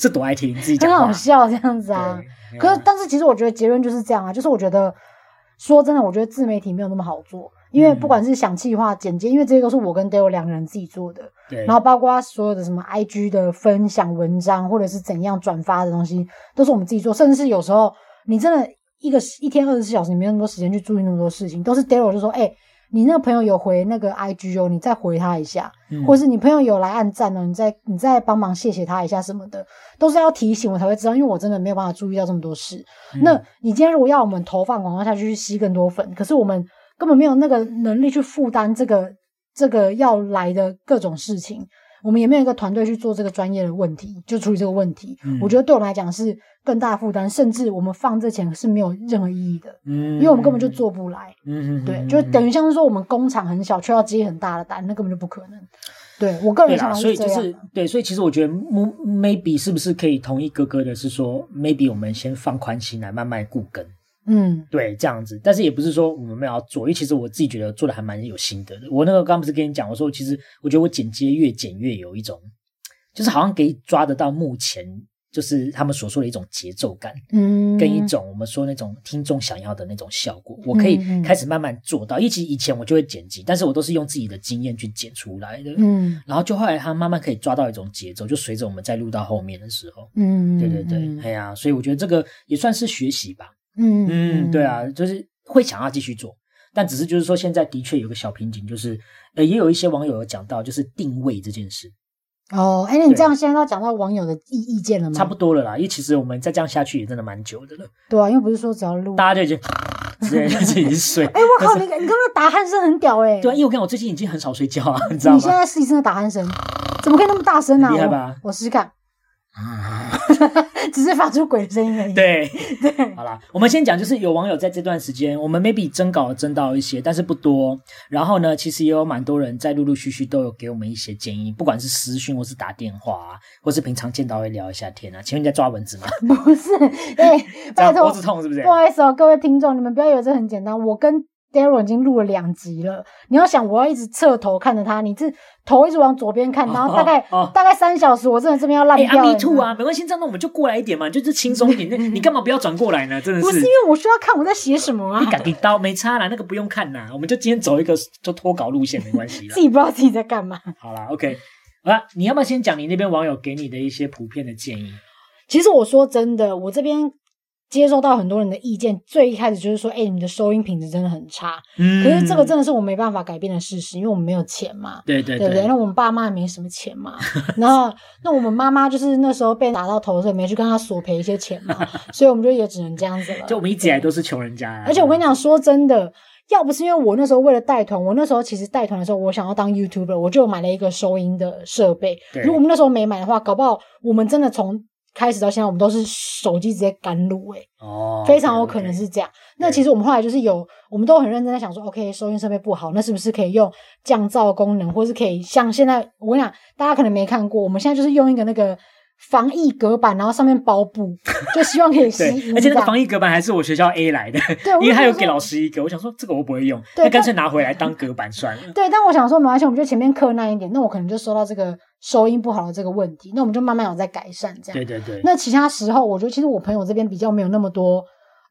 Speaker 2: 是多爱听自己讲
Speaker 1: 很
Speaker 2: 话，
Speaker 1: 好笑这样子啊。
Speaker 2: 对。
Speaker 1: 可是，
Speaker 2: 嗯
Speaker 1: 但是其实我觉得结论就是这样啊，就是我觉得说真的，我觉得自媒体没有那么好做，因为
Speaker 2: 嗯
Speaker 1: 不管是想气化、剪接，因为这些都是我跟 Dale 两个人自己做的，
Speaker 2: 对，
Speaker 1: 然后包括所有的什么 IG 的分享文章或者是怎样转发的东西，都是我们自己做，甚至是有时候你真的。一个一天二十四小时，你没那么多时间去注意那么多事情，都是 Daryl 就说，哎、你那个朋友有回那个 IG 哦，你再回他一下，
Speaker 2: 嗯
Speaker 1: 或是你朋友有来按赞哦，你再你再帮忙谢谢他一下什么的，都是要提醒我才会知道，因为我真的没有办法注意到这么多事。
Speaker 2: 嗯
Speaker 1: 那你今天如果要我们投放广告下去去吸更多粉，可是我们根本没有那个能力去负担这个这个要来的各种事情，我们也没有一个团队去做这个专业的问题，就处理这个问题。
Speaker 2: 嗯
Speaker 1: 我觉得对我们来讲是更大负担，甚至我们放这钱是没有任何意义的，
Speaker 2: 嗯，
Speaker 1: 因为我们根本就做不来。
Speaker 2: 嗯，嗯，嗯
Speaker 1: 对，就等于像是说我们工厂很小，却要接很大的单，那根本就不可能。对我个
Speaker 2: 对
Speaker 1: 人想法
Speaker 2: 啦，所以
Speaker 1: 这
Speaker 2: 就
Speaker 1: 样啊。
Speaker 2: 是对，所以其实我觉得嗯 maybe 是不是可以同意哥哥的是说，maybe 我们先放宽心来慢慢固根，
Speaker 1: 嗯
Speaker 2: 对，这样子。但是也不是说我们没有要做，因为其实我自己觉得做的还蛮有心得的。我那个刚刚不是跟你讲，我说其实我觉得我剪接越剪越有一种，就是好像可以抓得到目前就是他们所说的一种节奏感，
Speaker 1: 嗯，
Speaker 2: 跟一种我们说那种听众想要的那种效果，我可以
Speaker 1: 嗯嗯
Speaker 2: 开始慢慢做到。因为其实以前我就会剪辑，但是我都是用自己的经验去剪出来的。
Speaker 1: 嗯
Speaker 2: 然后就后来他慢慢可以抓到一种节奏，就随着我们再录到后面的时候，
Speaker 1: 嗯，
Speaker 2: 对对对，
Speaker 1: 嗯
Speaker 2: 哎呀、所以我觉得这个也算是学习吧。
Speaker 1: 嗯
Speaker 2: 嗯，对，啊，就是会想要继续做，但只是就是说现在的确有个小瓶颈，就是呃，也有一些网友有讲到，就是定位这件事，
Speaker 1: 哦，哎，那你
Speaker 2: 对
Speaker 1: 这样现在要讲到网友的意意见了吗？
Speaker 2: 差不多了啦。因为其实我们再这样下去也真的蛮久的了，
Speaker 1: 对啊，因为不是说只要录，
Speaker 2: 大家就已经 (laughs) 之类的就已经睡。
Speaker 1: 哎，我靠，你你刚刚打鼾声很屌哎，
Speaker 2: 对啊，因为我跟你讲，我最近已经很少睡觉啊，你知道
Speaker 1: 你现
Speaker 2: 吗？
Speaker 1: 在试一声的打鼾声，怎么可以那么大声呢？啊
Speaker 2: 很厉害
Speaker 1: 我
Speaker 2: 吧
Speaker 1: 我试试看，
Speaker 2: (laughs)
Speaker 1: 只是发出鬼的声音而已。
Speaker 2: 对，
Speaker 1: (laughs) 对，
Speaker 2: 好啦，我们先讲，就是有网友在这段时间，我们 maybe 征稿征到一些，但是不多。然后呢，其实也有蛮多人在陆陆续续都有给我们一些建议，不管是私讯或是打电话、啊，或是平常见到会聊一下天啊。请问你在抓蚊
Speaker 1: (laughs)
Speaker 2: 子吗？
Speaker 1: 不是，哎，
Speaker 2: 这
Speaker 1: 拜
Speaker 2: 样脖
Speaker 1: 托
Speaker 2: 子，痛是不是
Speaker 1: 不？好意思哦，各位听众，你们不要以为这很简单。我跟 Daryl 已经录了两集了，你要想，我要一直侧头看着他，你这头一直往左边看，然后大概、
Speaker 2: 哦哦
Speaker 1: 大概三小时，我真的这边要烂
Speaker 2: 哎、
Speaker 1: 掉
Speaker 2: 阿
Speaker 1: 了。
Speaker 2: 弥
Speaker 1: 你知道
Speaker 2: 兔
Speaker 1: 吗！
Speaker 2: 啊，没关系，这样那我们就过来一点嘛，就是轻松一点。
Speaker 1: (laughs)
Speaker 2: 那你干嘛不要转过来呢？真的
Speaker 1: 不是因为我需要看我在写什么啊
Speaker 2: 你，敢给刀没差啦，那个不用看啦，我们就今天走一个就脱稿路线没关系
Speaker 1: (laughs)
Speaker 2: 啦
Speaker 1: 自。己不知道自己在干嘛。
Speaker 2: 好啦 o、k 好啦，你要不要先讲你那边网友给你的一些普遍的建议？
Speaker 1: 其实我说真的，我这边接收到很多人的意见，最一开始就是说，哎、你的收音品质真的很差。
Speaker 2: 嗯
Speaker 1: 可是这个真的是我没办法改变的事实，因为我们没有钱嘛。
Speaker 2: 对对
Speaker 1: 对不对？那我们爸妈也没什么钱嘛，然后那我们妈妈就是那时候被打到头的时候，没去跟她索赔一些钱
Speaker 2: (laughs)
Speaker 1: 嘛，所以我们就也只能这样子了。
Speaker 2: 就我们一直以来都是穷人家啊啦。
Speaker 1: 而且我跟你
Speaker 2: 讲，
Speaker 1: 讲，说真的，要不是因为我那时候为了带团，我那时候其实带团的时候，我想要当 YouTuber，我就买了一个收音的设备。
Speaker 2: 对
Speaker 1: 如果我们那时候没买的话，搞不好我们真的从开始到现在，我们都是手机直接赶路、欸，
Speaker 2: 哦
Speaker 1: 非常有可能是这样。那
Speaker 2: 对
Speaker 1: 其实我们后来就是有，我们都很认真在想说，OK，收音设备不好，那是不是可以用降噪功能，或是可以像现在我跟你讲，大家可能没看过，我们现在就是用一个那个防疫隔板，然后上面包布，就希望可以吸
Speaker 2: 对，
Speaker 1: 音
Speaker 2: 而
Speaker 1: 这
Speaker 2: 且那个
Speaker 1: 样。
Speaker 2: 防疫隔板还是我学校 A 来的，
Speaker 1: 对我
Speaker 2: 因为他
Speaker 1: 就
Speaker 2: 有
Speaker 1: 想
Speaker 2: 给
Speaker 1: 说
Speaker 2: 老师一个，我想说这个我不会用，
Speaker 1: 对
Speaker 2: 那干脆拿回来当隔板
Speaker 1: (laughs)
Speaker 2: 算了。
Speaker 1: 对，但我想说没关系，我们就前面克难一点，那我可能就收到这个收音不好的这个问题，那我们就慢慢有在改善这样。
Speaker 2: 对对对，
Speaker 1: 那其他时候，我觉得其实我朋友这边比较没有那么多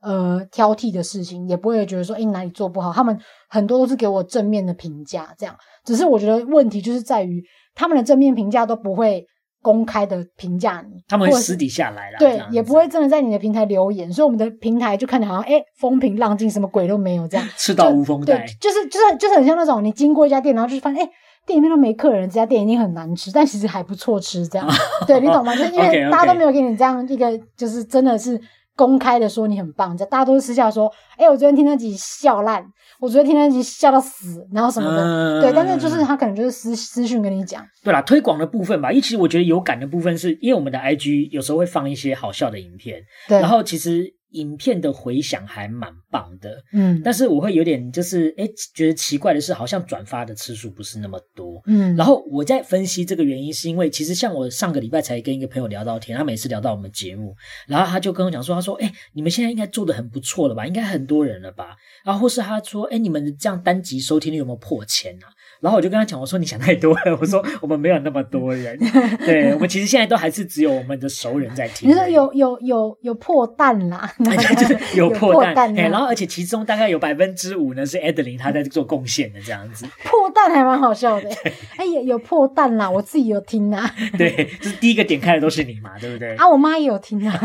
Speaker 1: 呃挑剔的事情，也不会觉得说哎、诶哪里做不好，他们很多都是给我正面的评价，这样。只是我觉得问题就是在于他们的正面评价都不会公开的评价你，
Speaker 2: 他们
Speaker 1: 或
Speaker 2: 会
Speaker 1: 者
Speaker 2: 私底下来啦，这
Speaker 1: 对
Speaker 2: 样，子
Speaker 1: 也不会真的在你的平台留言，所以我们的平台就看起来好像哎、诶风平浪静，什么鬼都没有这样。
Speaker 2: 赤道无风带
Speaker 1: 对，，就是就是就是很像那种你经过一家店，然后就是发现哎。诶店里面都没客人，这家店一定很难吃，但其实还不错吃，这样，对你懂吗？就是因为
Speaker 2: 啊 OK，OK
Speaker 1: 大家都没有给你这样一个，就是真的是公开的说你很棒，这样大家都是私下说，哎、我昨天听那集笑烂，我昨天听那集笑到死，然后什么的，
Speaker 2: 嗯
Speaker 1: 对，但是就是他可能就是私私讯跟你讲，
Speaker 2: 对啦，推广的部分吧，因为其实我觉得有感的部分是，因为我们的 IG 有时候会放一些好笑的影片，
Speaker 1: 对，
Speaker 2: 然后其实影片的回响还蛮棒的，
Speaker 1: 嗯
Speaker 2: 但是我会有点就是哎觉得奇怪的是，好像转发的次数不是那么多。
Speaker 1: 嗯，
Speaker 2: 然后我在分析这个原因，是因为其实像我上个礼拜才跟一个朋友聊到天，他每次聊到我们节目，然后他就跟我讲说，他说：“哎、你们现在应该做的很不错了吧？应该很多人了吧？”然后或是他说：“哎、你们这样单集收听率有没有破千啊？”然后我就跟他讲，我说：“你想太多了。”我说：“我们没有那么多人，对我们其实现在都还是只有我们的熟人在听。”
Speaker 1: 你说有有有有破蛋啦，然后
Speaker 2: (laughs) 就是有
Speaker 1: 有
Speaker 2: 破
Speaker 1: 破
Speaker 2: 蛋，
Speaker 1: 蛋
Speaker 2: 哎、
Speaker 1: 啊
Speaker 2: 然后而且其中大概有百分之五呢是 Adeline 她在做贡献的这
Speaker 1: (laughs)
Speaker 2: 样子，
Speaker 1: 破蛋还蛮好笑的、哎、有有破蛋啦，我自己有听啊。
Speaker 2: 对，就是第一个点开的都是你嘛，对不对？
Speaker 1: 啊 (laughs) 啊，我妈也有听啊，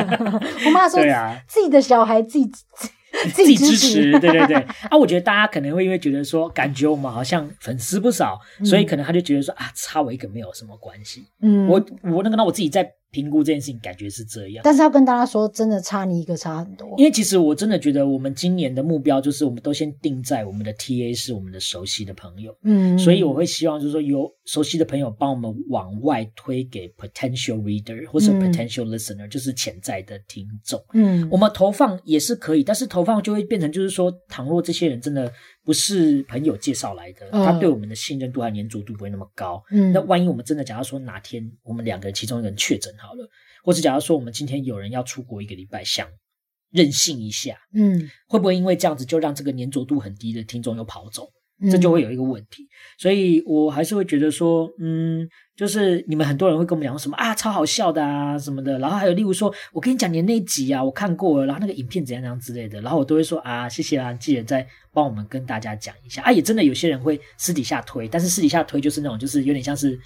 Speaker 1: 我妈说
Speaker 2: 对啊 (laughs)
Speaker 1: 自己的小孩自己自自
Speaker 2: 己
Speaker 1: 己
Speaker 2: 支
Speaker 1: 支
Speaker 2: 持
Speaker 1: 持，
Speaker 2: 对对对。啊，我觉得大家可能会因为觉得说，感觉我们好像粉丝不少，所以可能他就觉得说啊，差我一个没有什么关系。
Speaker 1: 嗯，
Speaker 2: 我我那个，那我自己在评估这件事情，感觉是这样。
Speaker 1: 但是要跟大家说，真的差你一个差很多。
Speaker 2: 因为其实我真的觉得，我们今年的目标就是，我们都先定在我们的 TA 是我们的熟悉的朋友，
Speaker 1: 嗯，
Speaker 2: 所以我会希望就是说，有熟悉的朋友帮我们往外推给 potential reader 或是
Speaker 1: 嗯
Speaker 2: potential listener，、就是潜在的听众。
Speaker 1: 嗯
Speaker 2: 我们投放也是可以，但是投放就会变成就是说，倘若这些人真的不是朋友介绍来的，
Speaker 1: 嗯
Speaker 2: 他对我们的信任度和粘着度不会那么高。
Speaker 1: 嗯
Speaker 2: 那万一我们真的假如说哪天我们两个人其中一个人确诊好了，或者假如说我们今天有人要出国一个礼拜，想任性一下，
Speaker 1: 嗯，
Speaker 2: 会不会因为这样子就让这个粘着度很低的听众又跑走？
Speaker 1: 嗯
Speaker 2: 这就会有一个问题。所以我还是会觉得说，嗯，就是你们很多人会跟我们讲什么啊，超好笑的啊什么的，然后还有例如说，我跟你讲你的那一集啊，我看过了，然后那个影片怎样怎样之类的，然后我都会说啊，谢谢啊，记得再帮我们跟大家讲一下啊。也真的有些人会私底下推，但是私底下推就是那种就是有点像是。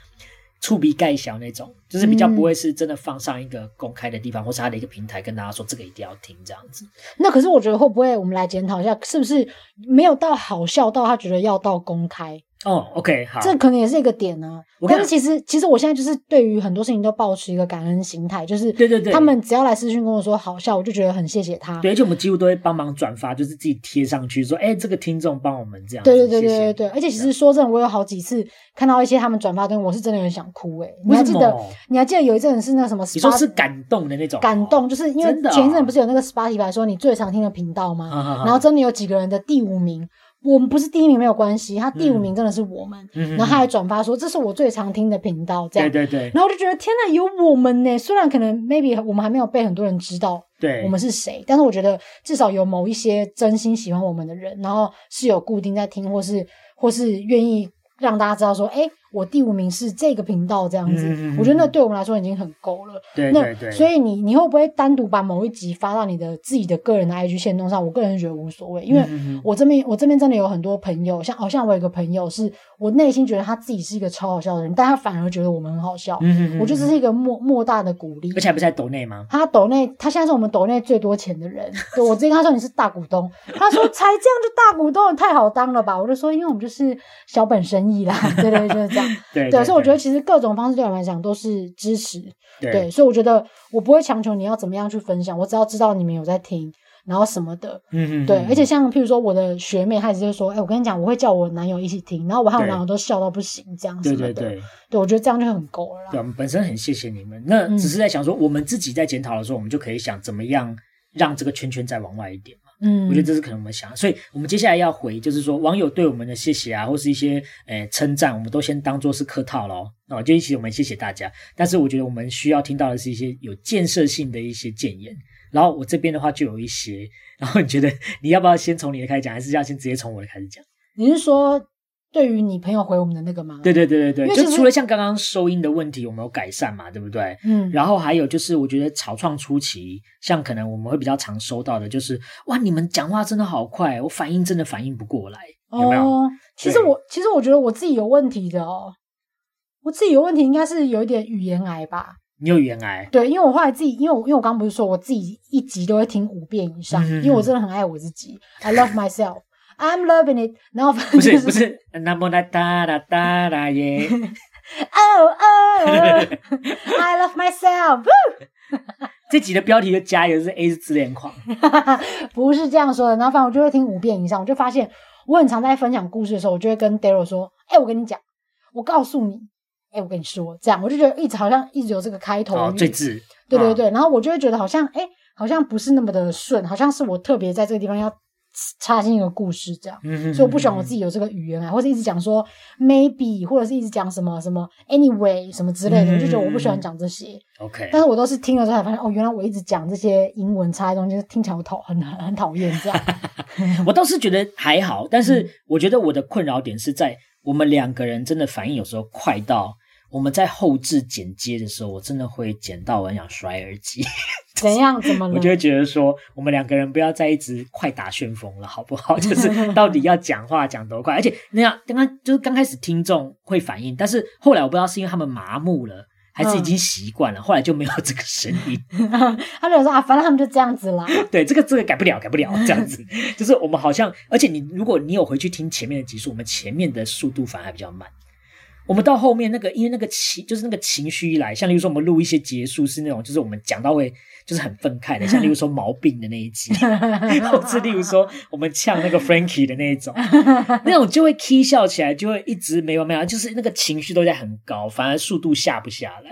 Speaker 2: 触鼻盖小那种，就是比较不
Speaker 1: 嗯
Speaker 2: 会是真的放上一个公开的地方，或是他的一个平台，跟大家说这个一定要听这样子。
Speaker 1: 嗯那可是我觉得会不会我们来检讨一下，是不是没有到好笑到他觉得要到公开，
Speaker 2: 哦，OK，好，
Speaker 1: 这可能也是一个点啊
Speaker 2: 我。跟
Speaker 1: 但是
Speaker 2: 你
Speaker 1: 其实其实我现在就是对于很多事情都抱持一个感恩心态，就是
Speaker 2: 对对对
Speaker 1: 他们只要来私讯跟我说好笑，我就觉得很谢谢他。
Speaker 2: 对，而且我们几乎都会帮忙转发，就是自己贴上去说，哎，这个听众帮我们这样子。
Speaker 1: 对对对
Speaker 2: 谢啊谢
Speaker 1: 对对对，而且其实说真的，我有好几次看到一些他们转发的东西，我是真的有点想哭诶、欸你还记
Speaker 2: 为什
Speaker 1: 得
Speaker 2: 么？
Speaker 1: 你还记得有一阵是那个什么 Spotify？
Speaker 2: 你说是感动的那种，
Speaker 1: 感动，就是因为
Speaker 2: 真的啊
Speaker 1: 前一阵不是有那个 Spotify 说你最常听的频道吗？
Speaker 2: 啊哈哈
Speaker 1: 然后真的有几个人的第五名，我们不是第一名没有关系，他第五名真的是我们。
Speaker 2: 嗯，嗯嗯
Speaker 1: 然后他还转发说这是我最常听的频道，这样。
Speaker 2: 对对对
Speaker 1: 然后我就觉得天哪，有我们呢！虽然可能 maybe 我们还没有被很多人知道
Speaker 2: 对，
Speaker 1: 我们是谁，但是我觉得至少有某一些真心喜欢我们的人，然后是有固定在听，或是或是愿意让大家知道说，哎，我第五名是这个频道这样子。
Speaker 2: 嗯嗯嗯嗯
Speaker 1: 我觉得那对我们来说已经很够了。
Speaker 2: 对
Speaker 1: 那
Speaker 2: 对对，
Speaker 1: 所以你你会不会单独把某一集发到你的自己的个人的 IG 线动上？我个人觉得无所谓，因为
Speaker 2: 嗯嗯嗯
Speaker 1: 我这边我这边真的有很多朋友，像好、哦像我有一个朋友是我内心觉得他自己是一个超好笑的人，但他反而觉得我们很好笑。
Speaker 2: 嗯嗯嗯
Speaker 1: 我觉得这是一个莫莫大的鼓励
Speaker 2: 而。且还不是在抖内吗？
Speaker 1: 他抖内，他现在是我们抖内最多钱的人。对我直接跟他说你是大股东，他说才这样就大股东，太好当了吧？我就说因为我们就是小本生意啦，对对就是这样。
Speaker 2: 对
Speaker 1: 对，所以我觉得其实各种方式对我来讲都是支持。
Speaker 2: 对
Speaker 1: 对，所以我觉得我不会强求你要怎么样去分享，我只要知道你们有在听，然后什么的。
Speaker 2: 嗯嗯嗯
Speaker 1: 对，而且像譬如说我的学妹，她直接说：“哎、我跟你讲，我会叫我男友一起听。”然后我和我
Speaker 2: 对
Speaker 1: 男友都笑到不行，这样什
Speaker 2: 对
Speaker 1: 么的。
Speaker 2: 对对。
Speaker 1: 对我觉得这样就很够了啦。
Speaker 2: 对，我们本身很谢谢你们。那
Speaker 1: 嗯
Speaker 2: 只是在想说，我们自己在检讨的时候，我们就可以想怎么样让这个圈圈再往外一点。
Speaker 1: 嗯，
Speaker 2: 我觉得这是可能我们想，所以我们接下来要回，就是说网友对我们的谢谢啊，或是一些呃称赞，我们都先当做是客套咯。那、哦、就一起我们谢谢大家，但是我觉得我们需要听到的是一些有建设性的一些建言。然后我这边的话就有一些，然后你觉得你要不要先从你的开始讲，还是要先直接从我的开始讲？
Speaker 1: 你是说对于你朋友回我们的那个吗？
Speaker 2: 对，对对对
Speaker 1: 因为
Speaker 2: 对，
Speaker 1: 其
Speaker 2: 就
Speaker 1: 实
Speaker 2: 除了像刚刚收音的问题，我们有改善嘛，对不对？
Speaker 1: 嗯，
Speaker 2: 然后还有就是，我觉得草创初期，像可能我们会比较常收到的，就是哇，你们讲话真的好快，我反应真的反应不过来，有没有？
Speaker 1: 哦，其实
Speaker 2: 对
Speaker 1: 我其实我觉得我自己有问题的哦，我自己有问题应该是有一点语言癌吧。
Speaker 2: 你有语言
Speaker 1: (laughs)
Speaker 2: 癌，
Speaker 1: 对，因为我后来自己，因为我因为我刚刚不是说我自己一集都会听五遍以上，
Speaker 2: 嗯
Speaker 1: 因为我真的很爱我自己，I love myself。I'm (laughs) loving it，然后反
Speaker 2: 不
Speaker 1: 正就是
Speaker 2: 不是，那么哒哒哒哒哒
Speaker 1: (laughs)
Speaker 2: 耶，
Speaker 1: 哦哦 (laughs) ，I love myself，
Speaker 2: 这集的标题就加油是 A 是自恋狂，
Speaker 1: 不是这样说的。然后反正我就会听五遍以上，我就发现我很常在分享故事的时候，我就会跟 Daryl 说：“哎、我跟你讲，我告诉你，哎、我跟你说，这样我就觉得一直好像一直有这个开头
Speaker 2: 哦，
Speaker 1: 语
Speaker 2: 最智，
Speaker 1: 对对
Speaker 2: 嗯，
Speaker 1: 对，然后我就会觉得好像哎、好像不是那么的顺，好像是我特别在这个地方要插进一个故事这样。
Speaker 2: 嗯哼
Speaker 1: 所以我不喜欢我自
Speaker 2: 己
Speaker 1: 己有这个语言啊，或者一直讲说 maybe，或者是一直讲什么什么 anyway 什么之类的，
Speaker 2: 嗯
Speaker 1: 我就觉得我不喜欢讲这些。
Speaker 2: OK，
Speaker 1: 但是我都是听了之后才发现，哦，原来我一直讲这些英文差的东西，就是听起来我讨很很很讨厌这
Speaker 2: (laughs)
Speaker 1: 样。
Speaker 2: 我倒是觉得还好，但是
Speaker 1: 嗯
Speaker 2: 我觉得我的困扰点是在我们两个人真的反应有时候快到。我们在后置剪接的时候，我真的会剪到我很想摔耳机，
Speaker 1: 怎样？怎么
Speaker 2: 我就会
Speaker 1: 了？
Speaker 2: 觉得说，我们两个人不要再一直快打旋风了，好不好？ (laughs) 就是到底要讲话讲多快，而且那样刚刚就是刚开始听众会反应，但是后来我不知道是因为他们麻木了，还是已经习惯了，后来就没有这个声音。
Speaker 1: 他就说啊，反正他们就这样子啦。
Speaker 2: 对，这个这个改不了，改不了，这样子就是我们好像，而且你如果你有回去听前面的集数，我们前面的速度反而还比较慢。我们到后面那个，因为那个情就是那个情绪一来，像例如说我们录一些结束是那种，就是我们讲到会就是很愤慨的，像例如说毛病的那一集，或是例如说我们呛那个 Frankie 的那一种，那种就会 k 笑起来，就会一直没完没了，就是那个情绪都在很高，反而速度下不下来。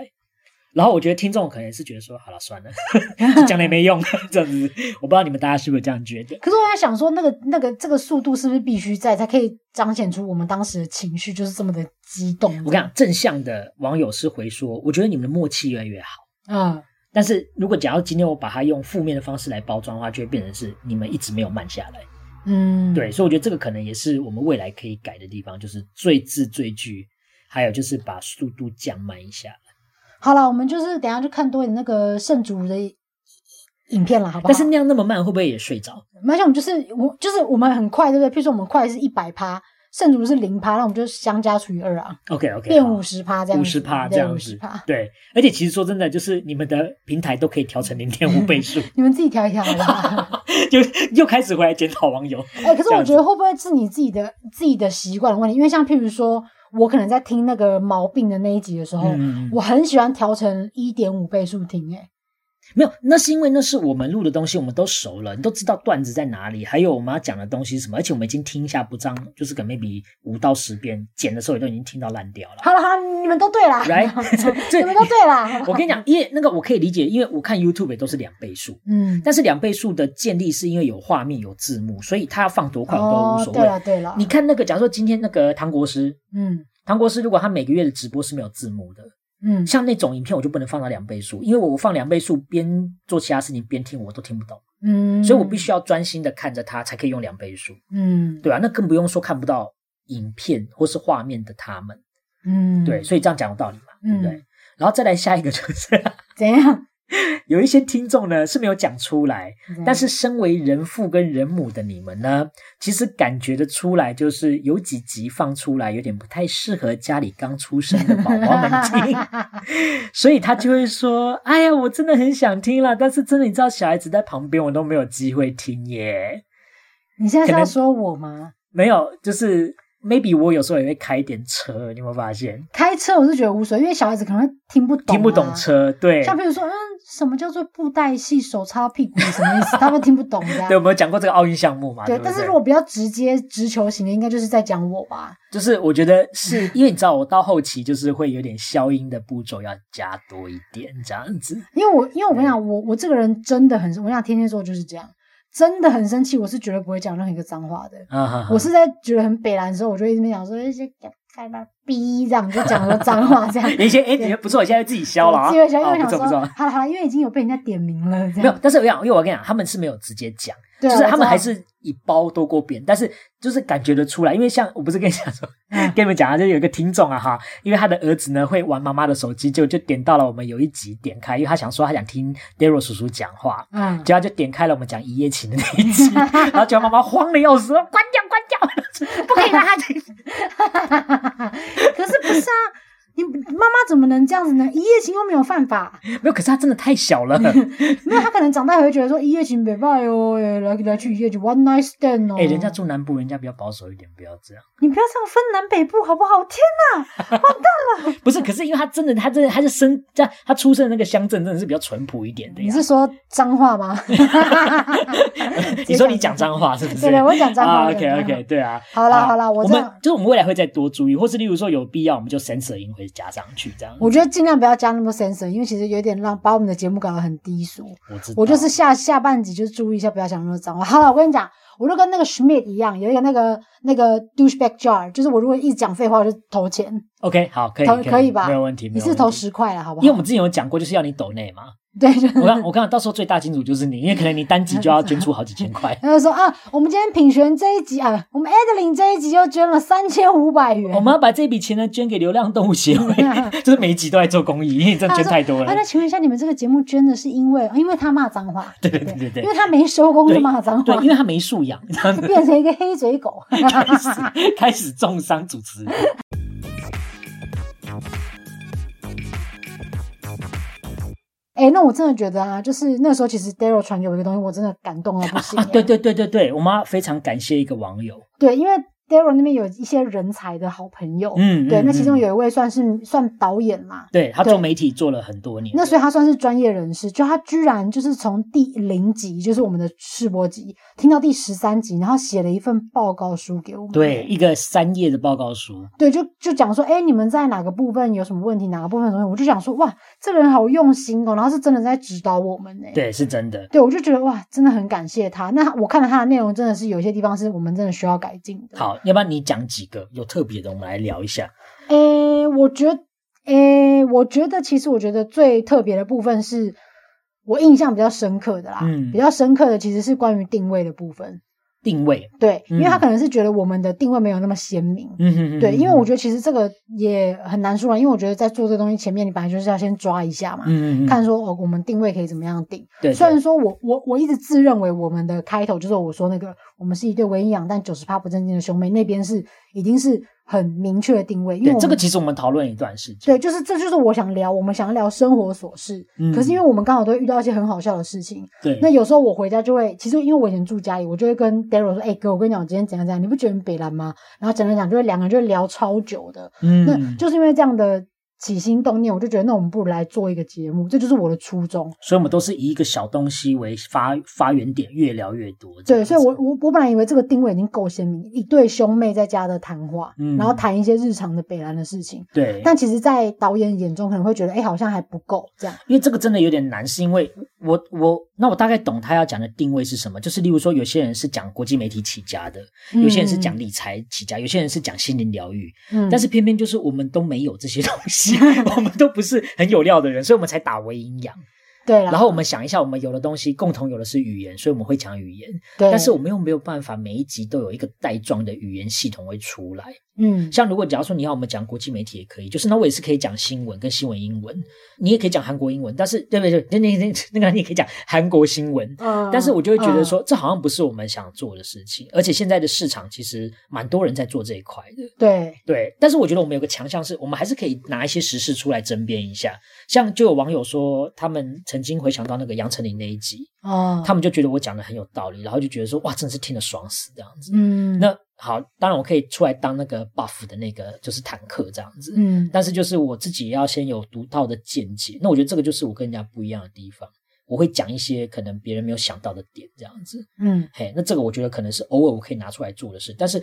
Speaker 2: 然后我觉得听众可能是觉得说，好了算了，
Speaker 1: (laughs)
Speaker 2: 讲了也没用， (laughs) 这样子。我不知道你们大家是不是这样觉得？
Speaker 1: 可是我在想说，那个那个这个速度是不是必须在，才可以彰显出我们当时的情绪就是这么的激动？
Speaker 2: 我跟你讲，正向的网友是回说，我觉得你们的默契越来越好。
Speaker 1: 嗯，
Speaker 2: 但是如果假如今天我把它用负面的方式来包装的话，就会变成是你们一直没有慢下来。
Speaker 1: 嗯，
Speaker 2: 对，，所以我觉得这个可能也是我们未来可以改的地方，就是最字最句，还有就是把速度降慢一下。
Speaker 1: 好了，我们就是等一下就看多一点那个圣主的影片了，好不好？
Speaker 2: 但是那样那么慢，会不会也睡着？
Speaker 1: 没关系，我们就是我就是我们很快，对不对？譬如说我们快是一百趴，圣主是零趴，那我们就相加除以二啊，
Speaker 2: OK OK，
Speaker 1: 变五十趴这样
Speaker 2: 五
Speaker 1: 子，
Speaker 2: 十趴这
Speaker 1: 对
Speaker 2: 样
Speaker 1: 50%
Speaker 2: 子，对。而且其实说真的，就是你们的平台都可以调成零点五
Speaker 1: (laughs)
Speaker 2: 倍数，
Speaker 1: 你们自己调一调，好不好？
Speaker 2: (laughs) 又又开始回来检讨网友。
Speaker 1: 哎、可是
Speaker 2: 这
Speaker 1: 我
Speaker 2: 样
Speaker 1: 觉得会不会是你自己的自己的习惯的问题？因为像譬如说，我可能在听那个毛病的那一集的时候，
Speaker 2: 嗯，
Speaker 1: 我很喜欢调成一点五倍速听、哎，
Speaker 2: 没有，那是因为那是我们录的东西，我们都熟了，你都知道段子在哪里，还有我们要讲的东西是什么，而且我们已经听一下不脏，就是可能 maybe 五到十遍，剪的时候也都已经听到烂掉了。
Speaker 1: 好了好了，你们都对啦
Speaker 2: Right？
Speaker 1: (laughs)
Speaker 2: 这
Speaker 1: 你们都对啦，好不好
Speaker 2: 我跟你讲，因为那个我可以理解，因为我看 YouTube 也都是两倍数，
Speaker 1: 嗯，
Speaker 2: 但是两倍数的建立是因为有画面有字幕，所以它要放多快我都无
Speaker 1: 哦，
Speaker 2: 所
Speaker 1: 对
Speaker 2: 谓。
Speaker 1: 了对了，
Speaker 2: 你看那个，假如说今天那个唐国师，
Speaker 1: 嗯
Speaker 2: 唐国师如果他每个月的直播是没有字幕的，
Speaker 1: 嗯，
Speaker 2: 像那种影片我就不能放到两倍速，因为我放两倍速边做其他事情边听我都听不懂，
Speaker 1: 嗯，
Speaker 2: 所以我必须要专心的看着它才可以用两倍速，
Speaker 1: 嗯
Speaker 2: 对啊，那更不用说看不到影片或是画面的他们，
Speaker 1: 嗯
Speaker 2: 对，所以这样讲有道理嘛，对不对
Speaker 1: 嗯？
Speaker 2: 然后再来下一个就是 (laughs)
Speaker 1: 怎样？
Speaker 2: 有一些听众呢是没有讲出来，
Speaker 1: 怎样
Speaker 2: 但是身为人父跟人母的你们呢，其实感觉得出来，就是有几集放出来有点不太适合家里刚出生的宝宝们
Speaker 1: (laughs)
Speaker 2: 听，所以他就会说：“哎呀，我真的很想听啦，但是真的你知道，小孩子在旁边，我都没有机会听耶。
Speaker 1: 你现在是
Speaker 2: 可
Speaker 1: 要
Speaker 2: 能
Speaker 1: 说我吗？
Speaker 2: 没有，就是 maybe 我有时候也会开一点车，你有没有发现？
Speaker 1: 开车我是觉得无所谓，因为小孩子可能会听不懂、啊
Speaker 2: 听不懂。车，对。”
Speaker 1: 像譬如说，嗯，什么叫做布袋戏手插屁股什么意思？他们听不懂这样。
Speaker 2: (laughs) 对，我们有讲过这个奥运项目嘛？
Speaker 1: 对，
Speaker 2: 不
Speaker 1: 但是如果比较直接直球型的，应该就是在讲我吧。
Speaker 2: 就是我觉得
Speaker 1: (laughs)
Speaker 2: 是因为你知道，我到后期就是会有点消音的步骤要加多一点，这样子。
Speaker 1: 因为我因为我跟你讲，我我这个人真的很，我想天天说就是这样，真的很生气，我是绝对不会讲任何一个脏话
Speaker 2: (laughs)
Speaker 1: 的。
Speaker 2: 啊哈哈
Speaker 1: 我是在觉得很北蓝的时候，我就一直在讲说一些干嘛逼这样，就讲了脏话这样。
Speaker 2: 有一些 (laughs) 哎，你觉得不错，现在自己消了啊，
Speaker 1: 我自己会想因
Speaker 2: 啊
Speaker 1: 为
Speaker 2: 不
Speaker 1: 想
Speaker 2: 错
Speaker 1: 说，
Speaker 2: 不错。
Speaker 1: 好了好了，因为已经有被人家点名了，这
Speaker 2: 没有
Speaker 1: 样，
Speaker 2: 但是我讲，因为我跟你讲，他们是没有直接讲，
Speaker 1: 对
Speaker 2: 就
Speaker 1: 啊
Speaker 2: 是他
Speaker 1: 我知
Speaker 2: 们
Speaker 1: 道
Speaker 2: 还是以包多过边，但是就是感觉得出来，因为像我不是跟你讲说
Speaker 1: 嗯，
Speaker 2: (laughs) 跟你们讲啊，就是有一个听众啊哈，因为他的儿子呢会玩妈妈的手机，就就点到了我们有一集点开，因为他想说他想听 Daryl 叔叔讲话，
Speaker 1: 嗯，
Speaker 2: 结果他就点开了我们讲一夜情的那一
Speaker 1: (laughs)
Speaker 2: 集，然后结果妈妈慌的要死，说关掉关掉， (laughs) 不可以让他听。
Speaker 1: (laughs) 可是不是啊？你妈妈怎么能这样子呢？一夜情又没有犯法，
Speaker 2: 没有，可是他真的太小了。
Speaker 1: 没有，她可能长大也会觉得说一夜情别拜哦，哎来来去一夜情，one night stand 哦。
Speaker 2: 哎、人家住南部，人家比较保守一点，不要这样。
Speaker 1: 你不要这样分南北部好不好？天哪！
Speaker 2: 不是，可是因为他真的，他真的，他是生在他出生的那个乡镇，真的是比较淳朴一点的
Speaker 1: 你
Speaker 2: 哎呀。
Speaker 1: 是说脏话
Speaker 2: (laughs)
Speaker 1: 吗？
Speaker 2: 你说你讲脏话是不是？
Speaker 1: 对对，我讲脏话。
Speaker 2: 啊
Speaker 1: 我讲脏
Speaker 2: ，OK
Speaker 1: 话
Speaker 2: OK，对啊。
Speaker 1: 好啦
Speaker 2: 啊
Speaker 1: 好啦我
Speaker 2: 我
Speaker 1: 这
Speaker 2: 们
Speaker 1: 样
Speaker 2: 就是我们未来会再多注意，或是例如说有必要，我们就 censor 音会加上去这样。
Speaker 1: 我觉得尽量不要加那么 sensor，因为其实有点让把我们的节目搞得很低俗。
Speaker 2: 我知道
Speaker 1: 我就是下下半集就注意一下，不要讲那么脏话。好了，我跟你讲，我就跟那个 Schmidt 一样，有一个那个那个 douchebag jar，就是我如果一直讲废话，我就投钱。
Speaker 2: OK，好，可以
Speaker 1: 投
Speaker 2: 以
Speaker 1: 可以吧
Speaker 2: 没有问题。
Speaker 1: 你
Speaker 2: 没有
Speaker 1: 是
Speaker 2: 问
Speaker 1: 投
Speaker 2: 题
Speaker 1: 十块了，好不
Speaker 2: 因为我
Speaker 1: 好？
Speaker 2: 们之前有讲过，就是要你抖内
Speaker 1: (laughs)
Speaker 2: 嘛。
Speaker 1: 对，就是
Speaker 2: 我刚我刚到时候最大金主就是你，因为可能你单集就要捐出好几千
Speaker 1: (laughs)。
Speaker 2: 块
Speaker 1: 他就说啊，我们今天品璇这一集啊，我们 Adeline 这一集又捐了三千五百元。
Speaker 2: 我们要把这笔钱呢捐给流浪动物
Speaker 1: (laughs)
Speaker 2: 协会，就是每一集都在做公益，因为真的捐太多了
Speaker 1: 啊，。那请问一下，你们这个节目捐的是因为因为他骂脏话，
Speaker 2: (laughs) 对对对对对
Speaker 1: 因为他没收工就骂脏
Speaker 2: 对，
Speaker 1: 话
Speaker 2: 因，为他没素养， (laughs) 然后
Speaker 1: 变成一个黑嘴
Speaker 2: (laughs)
Speaker 1: 狗。
Speaker 2: 开始
Speaker 1: (laughs)
Speaker 2: 开始重伤主持人。
Speaker 1: 哎、那我真的觉得啊，就是那时候其实 Daryl 传给我一个东西，我真的感动到不行、欸
Speaker 2: 啊，对对对对对，我妈非常感谢一个网友，
Speaker 1: 对，因为 Daryl 那边有一些人才的好朋友，
Speaker 2: 嗯，
Speaker 1: 对，
Speaker 2: 嗯
Speaker 1: 那其中
Speaker 2: 嗯
Speaker 1: 有一位算是算导演嘛，
Speaker 2: 对他做
Speaker 1: 对
Speaker 2: 媒体做了很多年，
Speaker 1: 那所以他算是专业人士，就他居然就是从第零集，就是我们的试播集，听到第十三集，然后写了一份报告书给我们。
Speaker 2: 对一个三页的报告书，
Speaker 1: 对，就就讲说，哎，你们在哪个部分有什么问题，哪个部分有什么问题，我就想说，哇，这个人好用心哦，然后是真的在指导我们呢。
Speaker 2: 对，是真的。
Speaker 1: 对，我就觉得哇，真的很感谢他。那我看了他的内容，真的是有一些地方是我们真的需要改进的。，
Speaker 2: 好，要不然你讲几个有特别的，我们来聊一下。
Speaker 1: 诶，我觉得，诶，我觉得其实我觉得最特别的部分是我印象比较深刻的啦，
Speaker 2: 嗯
Speaker 1: 比较深刻的其实是关于定位的部分。
Speaker 2: 定位，
Speaker 1: 对，因为他
Speaker 2: 嗯
Speaker 1: 可能是觉得我们的定位没有那么鲜明。
Speaker 2: 嗯哼哼
Speaker 1: 对，因为我
Speaker 2: 我
Speaker 1: 觉得其实这个也很难说啊，因为我觉得在做这个东西前面，你本来就是要先抓一下嘛，
Speaker 2: 嗯嗯嗯
Speaker 1: 看说哦，我们定位可以怎么样定。
Speaker 2: 对，
Speaker 1: 虽
Speaker 2: 对
Speaker 1: 然说我我我一直自认为我们的开头就是我说那个我们是一对唯一养但九十趴不正经的兄妹，那边是已经是很明确的定位，因为我
Speaker 2: 对
Speaker 1: 们
Speaker 2: 这个其实我们讨论一段时间，
Speaker 1: 对，就是这就是我想聊，我们想要聊生活琐事，
Speaker 2: 嗯
Speaker 1: 可是因为我们刚好都会遇到一些很好笑的事情。
Speaker 2: 对
Speaker 1: 那有时候我回家就会，其实因为我以前住家里，我就会跟 Daryl 说：“哎、哥，我跟你讲，我今天怎样怎样，你不觉得很北蓝吗？”然后讲讲讲，就会两个人就会聊超久的。那
Speaker 2: 嗯，
Speaker 1: 就是因为这样的起心动念，我就觉得那我们不如来做一个节目，这就是我的初衷。
Speaker 2: 所以我们都是以一个小东西为发发源点，越聊越多这
Speaker 1: 对，
Speaker 2: 样子。
Speaker 1: 所以我我我本来以为这个定位已经够鲜明，一对兄妹在家的谈话，
Speaker 2: 嗯
Speaker 1: 然后谈一些日常的北蓝的事情。
Speaker 2: 对，
Speaker 1: 但其实，在导演眼中可能会觉得，哎、好像还不够这样。
Speaker 2: 因为这个真的有点难，是因为我我那我大概懂他要讲的定位是什么，就是例如说有些人是讲国际媒体起家的，有些人是讲理财起家，有些人是讲心灵疗愈，
Speaker 1: 嗯，嗯
Speaker 2: 但是偏偏就是我们都没有这些东
Speaker 1: (laughs)
Speaker 2: 西， (laughs) 我们都不是很有料的人，所以我们才打为营养。
Speaker 1: 对啦，
Speaker 2: 然后我们想一下，我们有的东西共同有的是语言，所以我们会讲语言，
Speaker 1: 对，
Speaker 2: 但是我们又没有办法每一集都有一个带状的语言系统会出来。
Speaker 1: 嗯，
Speaker 2: 像如果假如说你要我们讲国际媒体也可以，就是那我也是可以讲新闻跟新闻英文，你也可以讲韩国英文，但是对不对？对那那那个你也可以讲韩国新闻。
Speaker 1: 嗯
Speaker 2: 但是我就会觉得，说，这好像不是我们想做的事情，而且现在的市场其实蛮多人在做这一块的。
Speaker 1: 嗯对，
Speaker 2: 对，但是我觉得我们有个强项是，我们还是可以拿一些时事出来争辩一下。像就有网友说，他们曾经回想到那个杨丞琳那一集，
Speaker 1: 哦，
Speaker 2: 他们就觉得我讲的很有道理，然后就觉得说，哇，真的是听得爽死这样子。
Speaker 1: 嗯，
Speaker 2: 那好，当然我可以出来当那个 buff 的那个就是坦克这样子，
Speaker 1: 嗯，
Speaker 2: 但是就是我自己也要先有独到的见解。那我觉得这个就是我跟人家不一样的地方，我会讲一些可能别人没有想到的点这样子。
Speaker 1: 嗯，
Speaker 2: 嘿，那这个我觉得可能是偶尔我可以拿出来做的事，但是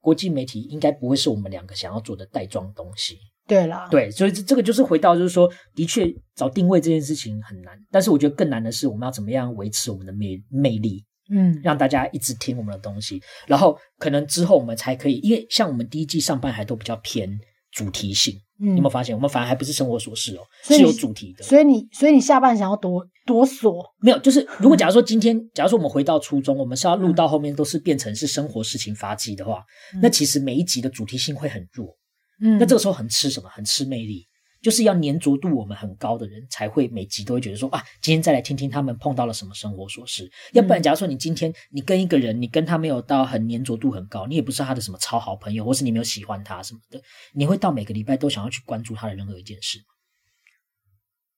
Speaker 2: 国际媒体应该不会是我们两个想要做的带状东西。
Speaker 1: 对啦，
Speaker 2: 对，所以这这个就是回到就是说，的确找定位这件事情很难，但是我觉得更难的是我们要怎么样维持我们的魅魅力，
Speaker 1: 嗯，
Speaker 2: 让大家一直听我们的东西，然后可能之后我们才可以，因为像我们第一季上半还都比较偏主题性，
Speaker 1: 嗯，
Speaker 2: 你有没有发现？我们反而还不是生活琐事哦，
Speaker 1: 所以
Speaker 2: 是有
Speaker 1: 你
Speaker 2: 主题的。
Speaker 1: 所以你，所以你下半想要多多锁，
Speaker 2: 没有，就是如果假如说今天，假如说我们回到初中，我们是要录到后面都是变成是生活事情发迹的话，
Speaker 1: 嗯
Speaker 2: 那其实每一集的主题性会很弱。
Speaker 1: 嗯，
Speaker 2: 那这个时候很吃什么？很吃魅力，就是要粘着度我们很高的人才会每集都会觉得说啊，今天再来听听他们碰到了什么生活琐
Speaker 1: 嗯
Speaker 2: 事。要不然，假如说你今天你跟一个人，你跟他没有到很粘着度很高，你也不是他的什么超好朋友，或是你没有喜欢他什么的，你会到每个礼拜都想要去关注他的任何一件
Speaker 1: 啊
Speaker 2: 事，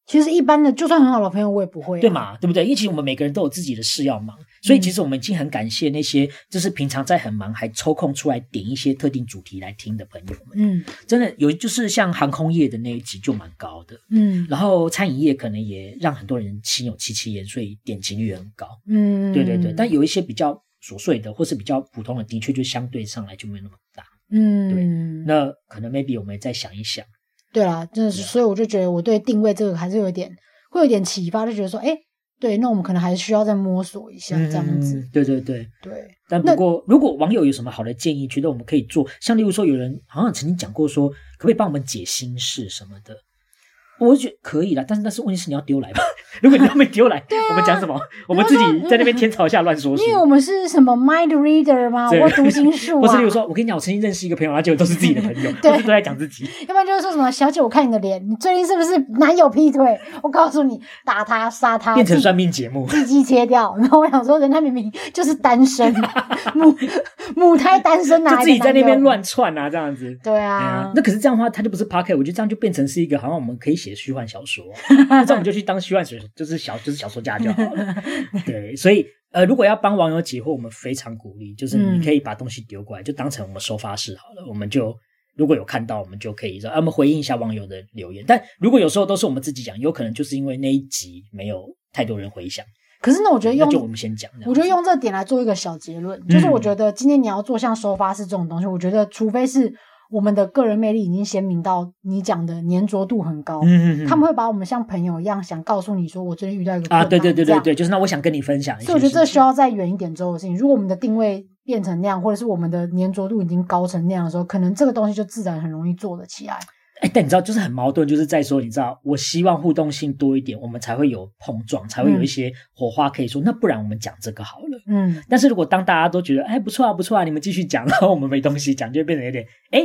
Speaker 1: 其实一般的，就算很好的朋友，我也不会、啊
Speaker 2: 对？嘛？对不对？因为其实我们每个人都有自己的事要忙，所以
Speaker 1: 嗯
Speaker 2: 其实我们已经很感谢那些就是平常在很忙还抽空出来点一些特定主题来听的朋友们。
Speaker 1: 嗯
Speaker 2: 真的有就是像航空业的那一集就蛮高的，
Speaker 1: 嗯
Speaker 2: 然后餐饮业可能也让很多人心有戚戚焉，所以点击率也很高。
Speaker 1: 嗯，
Speaker 2: 对对对，但有一些比较琐碎的或是比较普通的，的确就相对上来就没有那么大。
Speaker 1: 嗯，
Speaker 2: 那可能 maybe 我们再想一想，
Speaker 1: 对啦，真的是，
Speaker 2: 对啊
Speaker 1: 所以我就觉得我对定位这个还是有一点，会有一点启发，就觉得说，哎，对，那我们可能还是需要再摸索一下这样子，
Speaker 2: 嗯对对对。
Speaker 1: 对，
Speaker 2: 但不过，如果网友有什么好的建议，觉得我们可以做，像例如说有人好像曾经讲过说，可不可以帮我们解心事什么的。我就觉得可以啦，但是但是问题是你要丢来吧？ (laughs) 如果你都没
Speaker 1: (laughs)
Speaker 2: 丢来，
Speaker 1: 啊
Speaker 2: 我们讲什么？我们自己在那边天朝下乱说书。
Speaker 1: 因为我们是什么 mind reader 吗？
Speaker 2: 对
Speaker 1: 我读心术啊，
Speaker 2: 或是例如说，我跟你讲，我曾经认识一个朋友，他结果都是自己的朋友，
Speaker 1: 对
Speaker 2: 都是都在讲自己。
Speaker 1: 要不然就是说什么小姐，我看你的脸，你最近是不是男友劈腿？我告诉你，打他杀他，
Speaker 2: 变成算命节目。
Speaker 1: 鸡鸡切掉。然后我想说，人家明明就是单身，
Speaker 2: (laughs)
Speaker 1: 母母胎单身哪
Speaker 2: 就
Speaker 1: 来的
Speaker 2: 自己在那边
Speaker 1: 男友。
Speaker 2: 乱窜啊，这样子。
Speaker 1: 对
Speaker 2: 对
Speaker 1: 啊
Speaker 2: 啊，，
Speaker 1: (laughs)
Speaker 2: 那可是这样的话，他就不是 p o c k e t 我觉得这样就变成是一个，好像我们可以写虚幻小说，那这样我们就去当虚幻小就是就是小就是小说家就好了。
Speaker 1: (laughs)
Speaker 2: 对，所以呃，如果要帮网友解惑，我们非常鼓励，就是你
Speaker 1: 嗯
Speaker 2: 可以把东西丢过来，就当成我们收发室好了，我们就。如果有看到，我们就可以让、啊、我们回应一下网友的留言。但如果有时候都是我们自己讲，有可能就是因为那一集没有太多人回响，
Speaker 1: 可是呢，我觉得
Speaker 2: 那
Speaker 1: 用
Speaker 2: 就我们嗯先讲。这样
Speaker 1: 我觉得用这点来做一个小结论，就是我觉得今天你要做像收发式这种东西，我觉得除非是我们的个人魅力已经鲜明到你讲的粘着度很高，
Speaker 2: 嗯嗯嗯
Speaker 1: 他们会把我们像朋友一样，想告诉你说我最近遇到一个
Speaker 2: 啊，
Speaker 1: 困
Speaker 2: 对对
Speaker 1: 难这
Speaker 2: 对对
Speaker 1: 样
Speaker 2: 对，就是那我想跟你分享一下。
Speaker 1: 所以我觉得这需要再远一点之后的事情。如果我们的定位变成那样，或者是我们的粘着度已经高成那样的时候，可能这个东西就自然很容易做得起来。
Speaker 2: 哎，但你知道，就是很矛盾，就是在说，你知道，我希望互动性多一点，我们才会有碰撞，才会有一些火花可以说。那不然我们讲这个好了。
Speaker 1: 嗯，
Speaker 2: 但是如果当大家都觉得，哎，不错啊，不错啊，你们继续讲， (laughs) 然后我们没东西讲，就会变得有点，哎，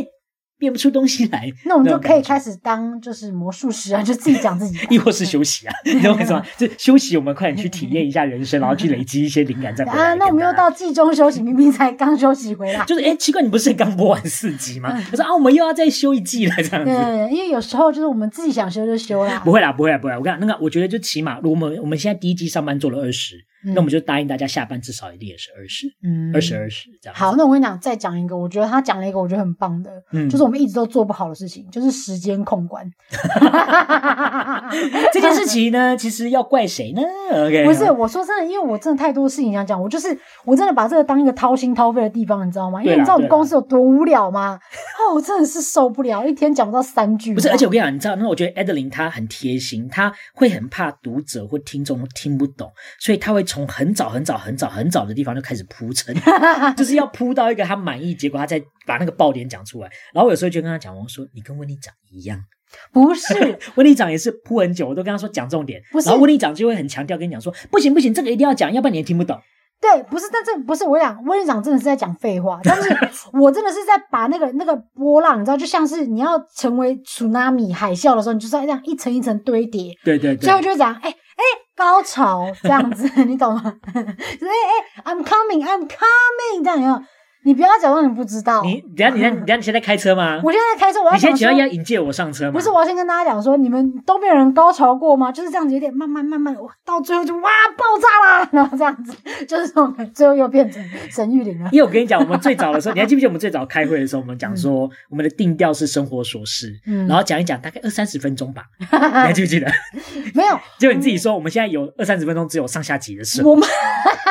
Speaker 2: 变不出东西来，
Speaker 1: 那我们就可以开
Speaker 2: 始。
Speaker 1: 始当就是魔术师啊，就自己讲自己吧
Speaker 2: (laughs) 。亦或是休
Speaker 1: (laughs)
Speaker 2: 息啊，你懂我意思吗？就休息，我们快点去体验一下人生，然后去累积一些灵感再回来。
Speaker 1: 啊，那我们又
Speaker 2: 跟大家
Speaker 1: 到季中休息，明明才刚休息回来。
Speaker 2: 就是哎、奇怪，你不是刚播完四集吗？他说啊，我们又要再休一季了，这样子。
Speaker 1: 嗯对，因为有时候就是我们自己想休就休啦
Speaker 2: 不。会啦，不会啦，不会啦！我跟你讲，那个我觉得就起码，如果我们我们现在第一季上班做了二十、
Speaker 1: 嗯
Speaker 2: 那我们就答应大家下班至少一定也是二十、
Speaker 1: 嗯
Speaker 2: 二十二十这样子。
Speaker 1: 好，那我跟你讲，再讲一个，我觉得他讲了一个我觉得很棒的，
Speaker 2: 嗯
Speaker 1: 就是我们一直都做不好的事情，就是时间控管。 (laughs)
Speaker 2: 这件事情呢，其实要怪谁呢？OK，
Speaker 1: 不是，我说真的，因为我真的太多事情想讲，我就是我真的把这个当一个掏心掏肺的地方，你知道吗？因
Speaker 2: 对啦
Speaker 1: 为你知道我们
Speaker 2: 对啦
Speaker 1: 公司有多无聊吗？ (laughs) 哦，我真的是受不了，一天讲不到三句话。
Speaker 2: 不是，而且我跟你讲，你知道，那我觉得 Adeline 她很贴心，她会很怕读者或听众听不懂，所以她会从很早很早很早很早的地方就开始铺
Speaker 1: (laughs)
Speaker 2: 陈，就是要铺到一个她满意，结果她再把那个爆点讲出来。然后有时候就跟她讲，我说你跟温妮长一样，
Speaker 1: 不是
Speaker 2: 温妮长也是铺很久，我都跟她说讲重点，
Speaker 1: 不是
Speaker 2: 然后温妮长就会很强调跟你讲说，不行不行，这个一定要讲，要不然你也听不懂。
Speaker 1: 对，不是，但这不是我讲，温院长真的是在讲废话，但是我真的是在把那个那个波浪，你知道，就像是你要成为 tsunami 海啸的时候，你就是要这样一层一层堆叠，
Speaker 2: 对对对
Speaker 1: 最后，就会讲，哎、哎、高潮这样
Speaker 2: (laughs)
Speaker 1: 子，你懂吗？就是哎哎、i m coming，I'm coming 这样有没有，你不要假装你不知道。
Speaker 2: 你等一下你等一下你等一下你现在开车吗？
Speaker 1: 我现在在开车，哦我要
Speaker 2: 你现在
Speaker 1: 想
Speaker 2: 只要要
Speaker 1: 说，
Speaker 2: 引荐我上车吗？
Speaker 1: 不是，我要先跟大家讲说，你们都没有人高潮过吗？就是这样子，有点慢慢慢慢，我到最后就哇爆炸啦，然后这样子，就是这种，最后又变成沈玉玲了。
Speaker 2: 因为我跟你讲，我们最早的时候，你还记不记得我们最早开会的时候，我们讲说我们的定调是生活琐事，
Speaker 1: 嗯
Speaker 2: 然后讲一讲大概二三十分钟吧，你还记不记得？
Speaker 1: 没有，
Speaker 2: 结果你自己说我们现在有二三十分钟，只有上下集的事。
Speaker 1: 我们 (laughs)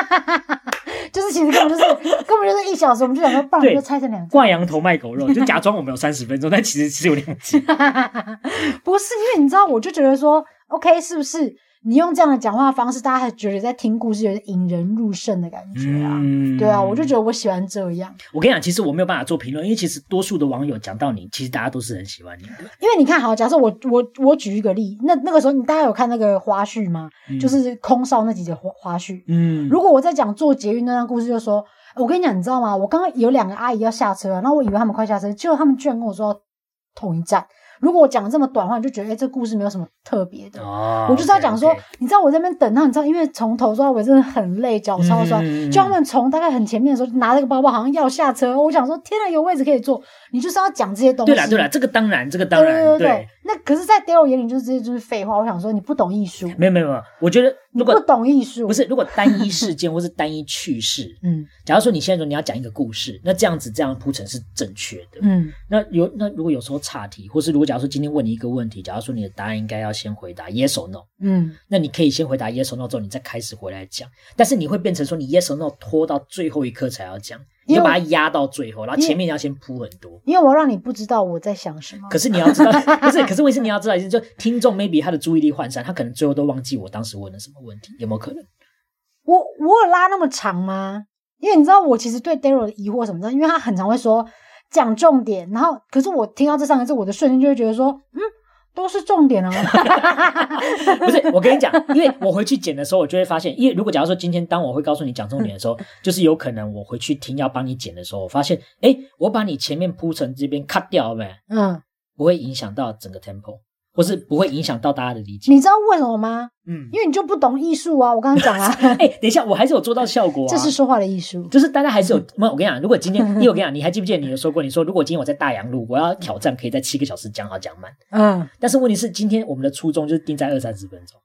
Speaker 1: 就是其实根本就是根本就是一小时，我们就想说，不然我们
Speaker 2: 对
Speaker 1: 就拆成两集。
Speaker 2: 挂羊头卖狗肉，就假装我们有三十分钟，但其实只有两集。
Speaker 1: (laughs) 不是因为你知道，我就觉得说，OK，是不是你用这样的讲话方式，大家还觉得在听故事，有点引人入胜的感觉啊？
Speaker 2: 嗯
Speaker 1: 对啊，我就觉得我喜欢这样。
Speaker 2: 我跟你讲，其实我没有办法做评论，因为其实多数的网友讲到你，其实大家都是很喜欢你的。
Speaker 1: 因为你看，好，假设我我我举一个例，那那个时候你大家有看那个花絮吗？
Speaker 2: 嗯
Speaker 1: 就是空少那几集花花絮。
Speaker 2: 嗯，
Speaker 1: 如果我在讲做捷运那段故事，就说，我跟你讲，你知道吗？我刚刚有两个阿姨要下车、啊，然后我以为他们快下车，结果他们居然跟我说要同一站。如果我讲得这么短的话，你就觉得，哎、这故事没有什么特别的。
Speaker 2: 哦
Speaker 1: 我就是要讲说
Speaker 2: OK，OK
Speaker 1: 你知道我在那边等到，你知道，因为从头到尾真的很累，脚超酸。
Speaker 2: 嗯
Speaker 1: 就他们从大概很前面的时候就拿了个包包，好像要下车。我想说，天哪，有位置可以坐，你就是要讲这些东西。
Speaker 2: 对啦对啦，这个当然，这个当然
Speaker 1: 对对对对。那可是，在 Daryl 眼里就是这些就是废话。我想说，你不懂艺术，
Speaker 2: 没有没有没有，我觉得
Speaker 1: 你
Speaker 2: 如果
Speaker 1: 不懂艺术，
Speaker 2: 不是，如果单一事件 (laughs) 或是单一趣事，
Speaker 1: 嗯
Speaker 2: 假如说你现在说你要讲一个故事，那这样子这样铺陈是正确的。
Speaker 1: 嗯
Speaker 2: 那有那如果有时候岔题，或是如果假如说今天问你一个问题，假如说你的答案应该要先回答 yes or no，
Speaker 1: 嗯，
Speaker 2: 那你可以先回答 yes or no 之后，你再开始回来讲。但是你会变成说你 yes or no 拖到最后一刻才要讲，你
Speaker 1: 因为
Speaker 2: 就把它压到最后，然后
Speaker 1: 因为
Speaker 2: 前面要先铺很多。
Speaker 1: 因为我要让你不知道我在想什么。
Speaker 2: 可是你要
Speaker 1: (laughs)
Speaker 2: 知道，不是，可是问题是你要知道，就是听众 maybe 他的注意力涣散，他可能最后都忘记我当时问了什么问题，有没有可能？
Speaker 1: 我我有拉那么长吗？因为你知道，我其实对 Daryl 的疑惑什么的，因为他很常会说讲重点，然后可是我听到这三个字，我的瞬间就会觉得说，嗯，都是重点啊。 (laughs)
Speaker 2: 不是，我跟你讲，因为我回去剪的时候，我就会发现，因为如果假如说今天当我会告诉你讲重点的时候，就是有可能我回去听要帮你剪的时候，我发现，哎，我把你前面铺陈这边 cut 掉了没，
Speaker 1: 嗯，
Speaker 2: 不会影响到整个 tempo，或是不会影响到大家的理解。
Speaker 1: 你知道为什么吗？
Speaker 2: 嗯，
Speaker 1: 因为你就不懂艺术啊！我刚刚讲
Speaker 2: (laughs)
Speaker 1: 啊，
Speaker 2: 哎，等一下，我还是有做到效
Speaker 1: (laughs)
Speaker 2: 果啊。
Speaker 1: 这是说话的艺术。
Speaker 2: 就是大家还是有，没有我跟你讲，如果今天，因为我跟你讲，你还记不记得你有说过，你说如果今天我在大洋路，我要挑战可以在七个小时讲好讲满。
Speaker 1: 嗯，
Speaker 2: 但是问题是，今天我们的初衷就是定在二三十分钟，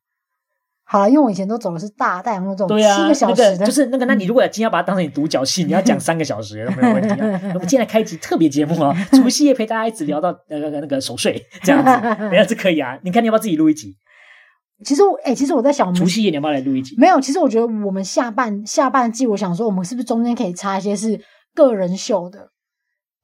Speaker 1: 好了，因为我以前都走的是大大洋路这种
Speaker 2: 对
Speaker 1: 哦七
Speaker 2: 啊
Speaker 1: 个，小
Speaker 2: 那
Speaker 1: 时的，嗯
Speaker 2: 个就是那个，那你如果今天要把它当成你独角戏，你要讲三个小时都没有问题、啊。我们今天来开一集特别节目啊，除夕夜陪大家一直聊到那个那个守岁这样
Speaker 1: (laughs)
Speaker 2: 子，没有这可以啊。你看你要不要自己录一集？
Speaker 1: (laughs) 其实我哎、其实我在想，我们
Speaker 2: 除夕夜你要不要来录一集？
Speaker 1: 没有，其实我觉得我们下半下半季，我想说，我们是不是中间可以插一些是个人秀的？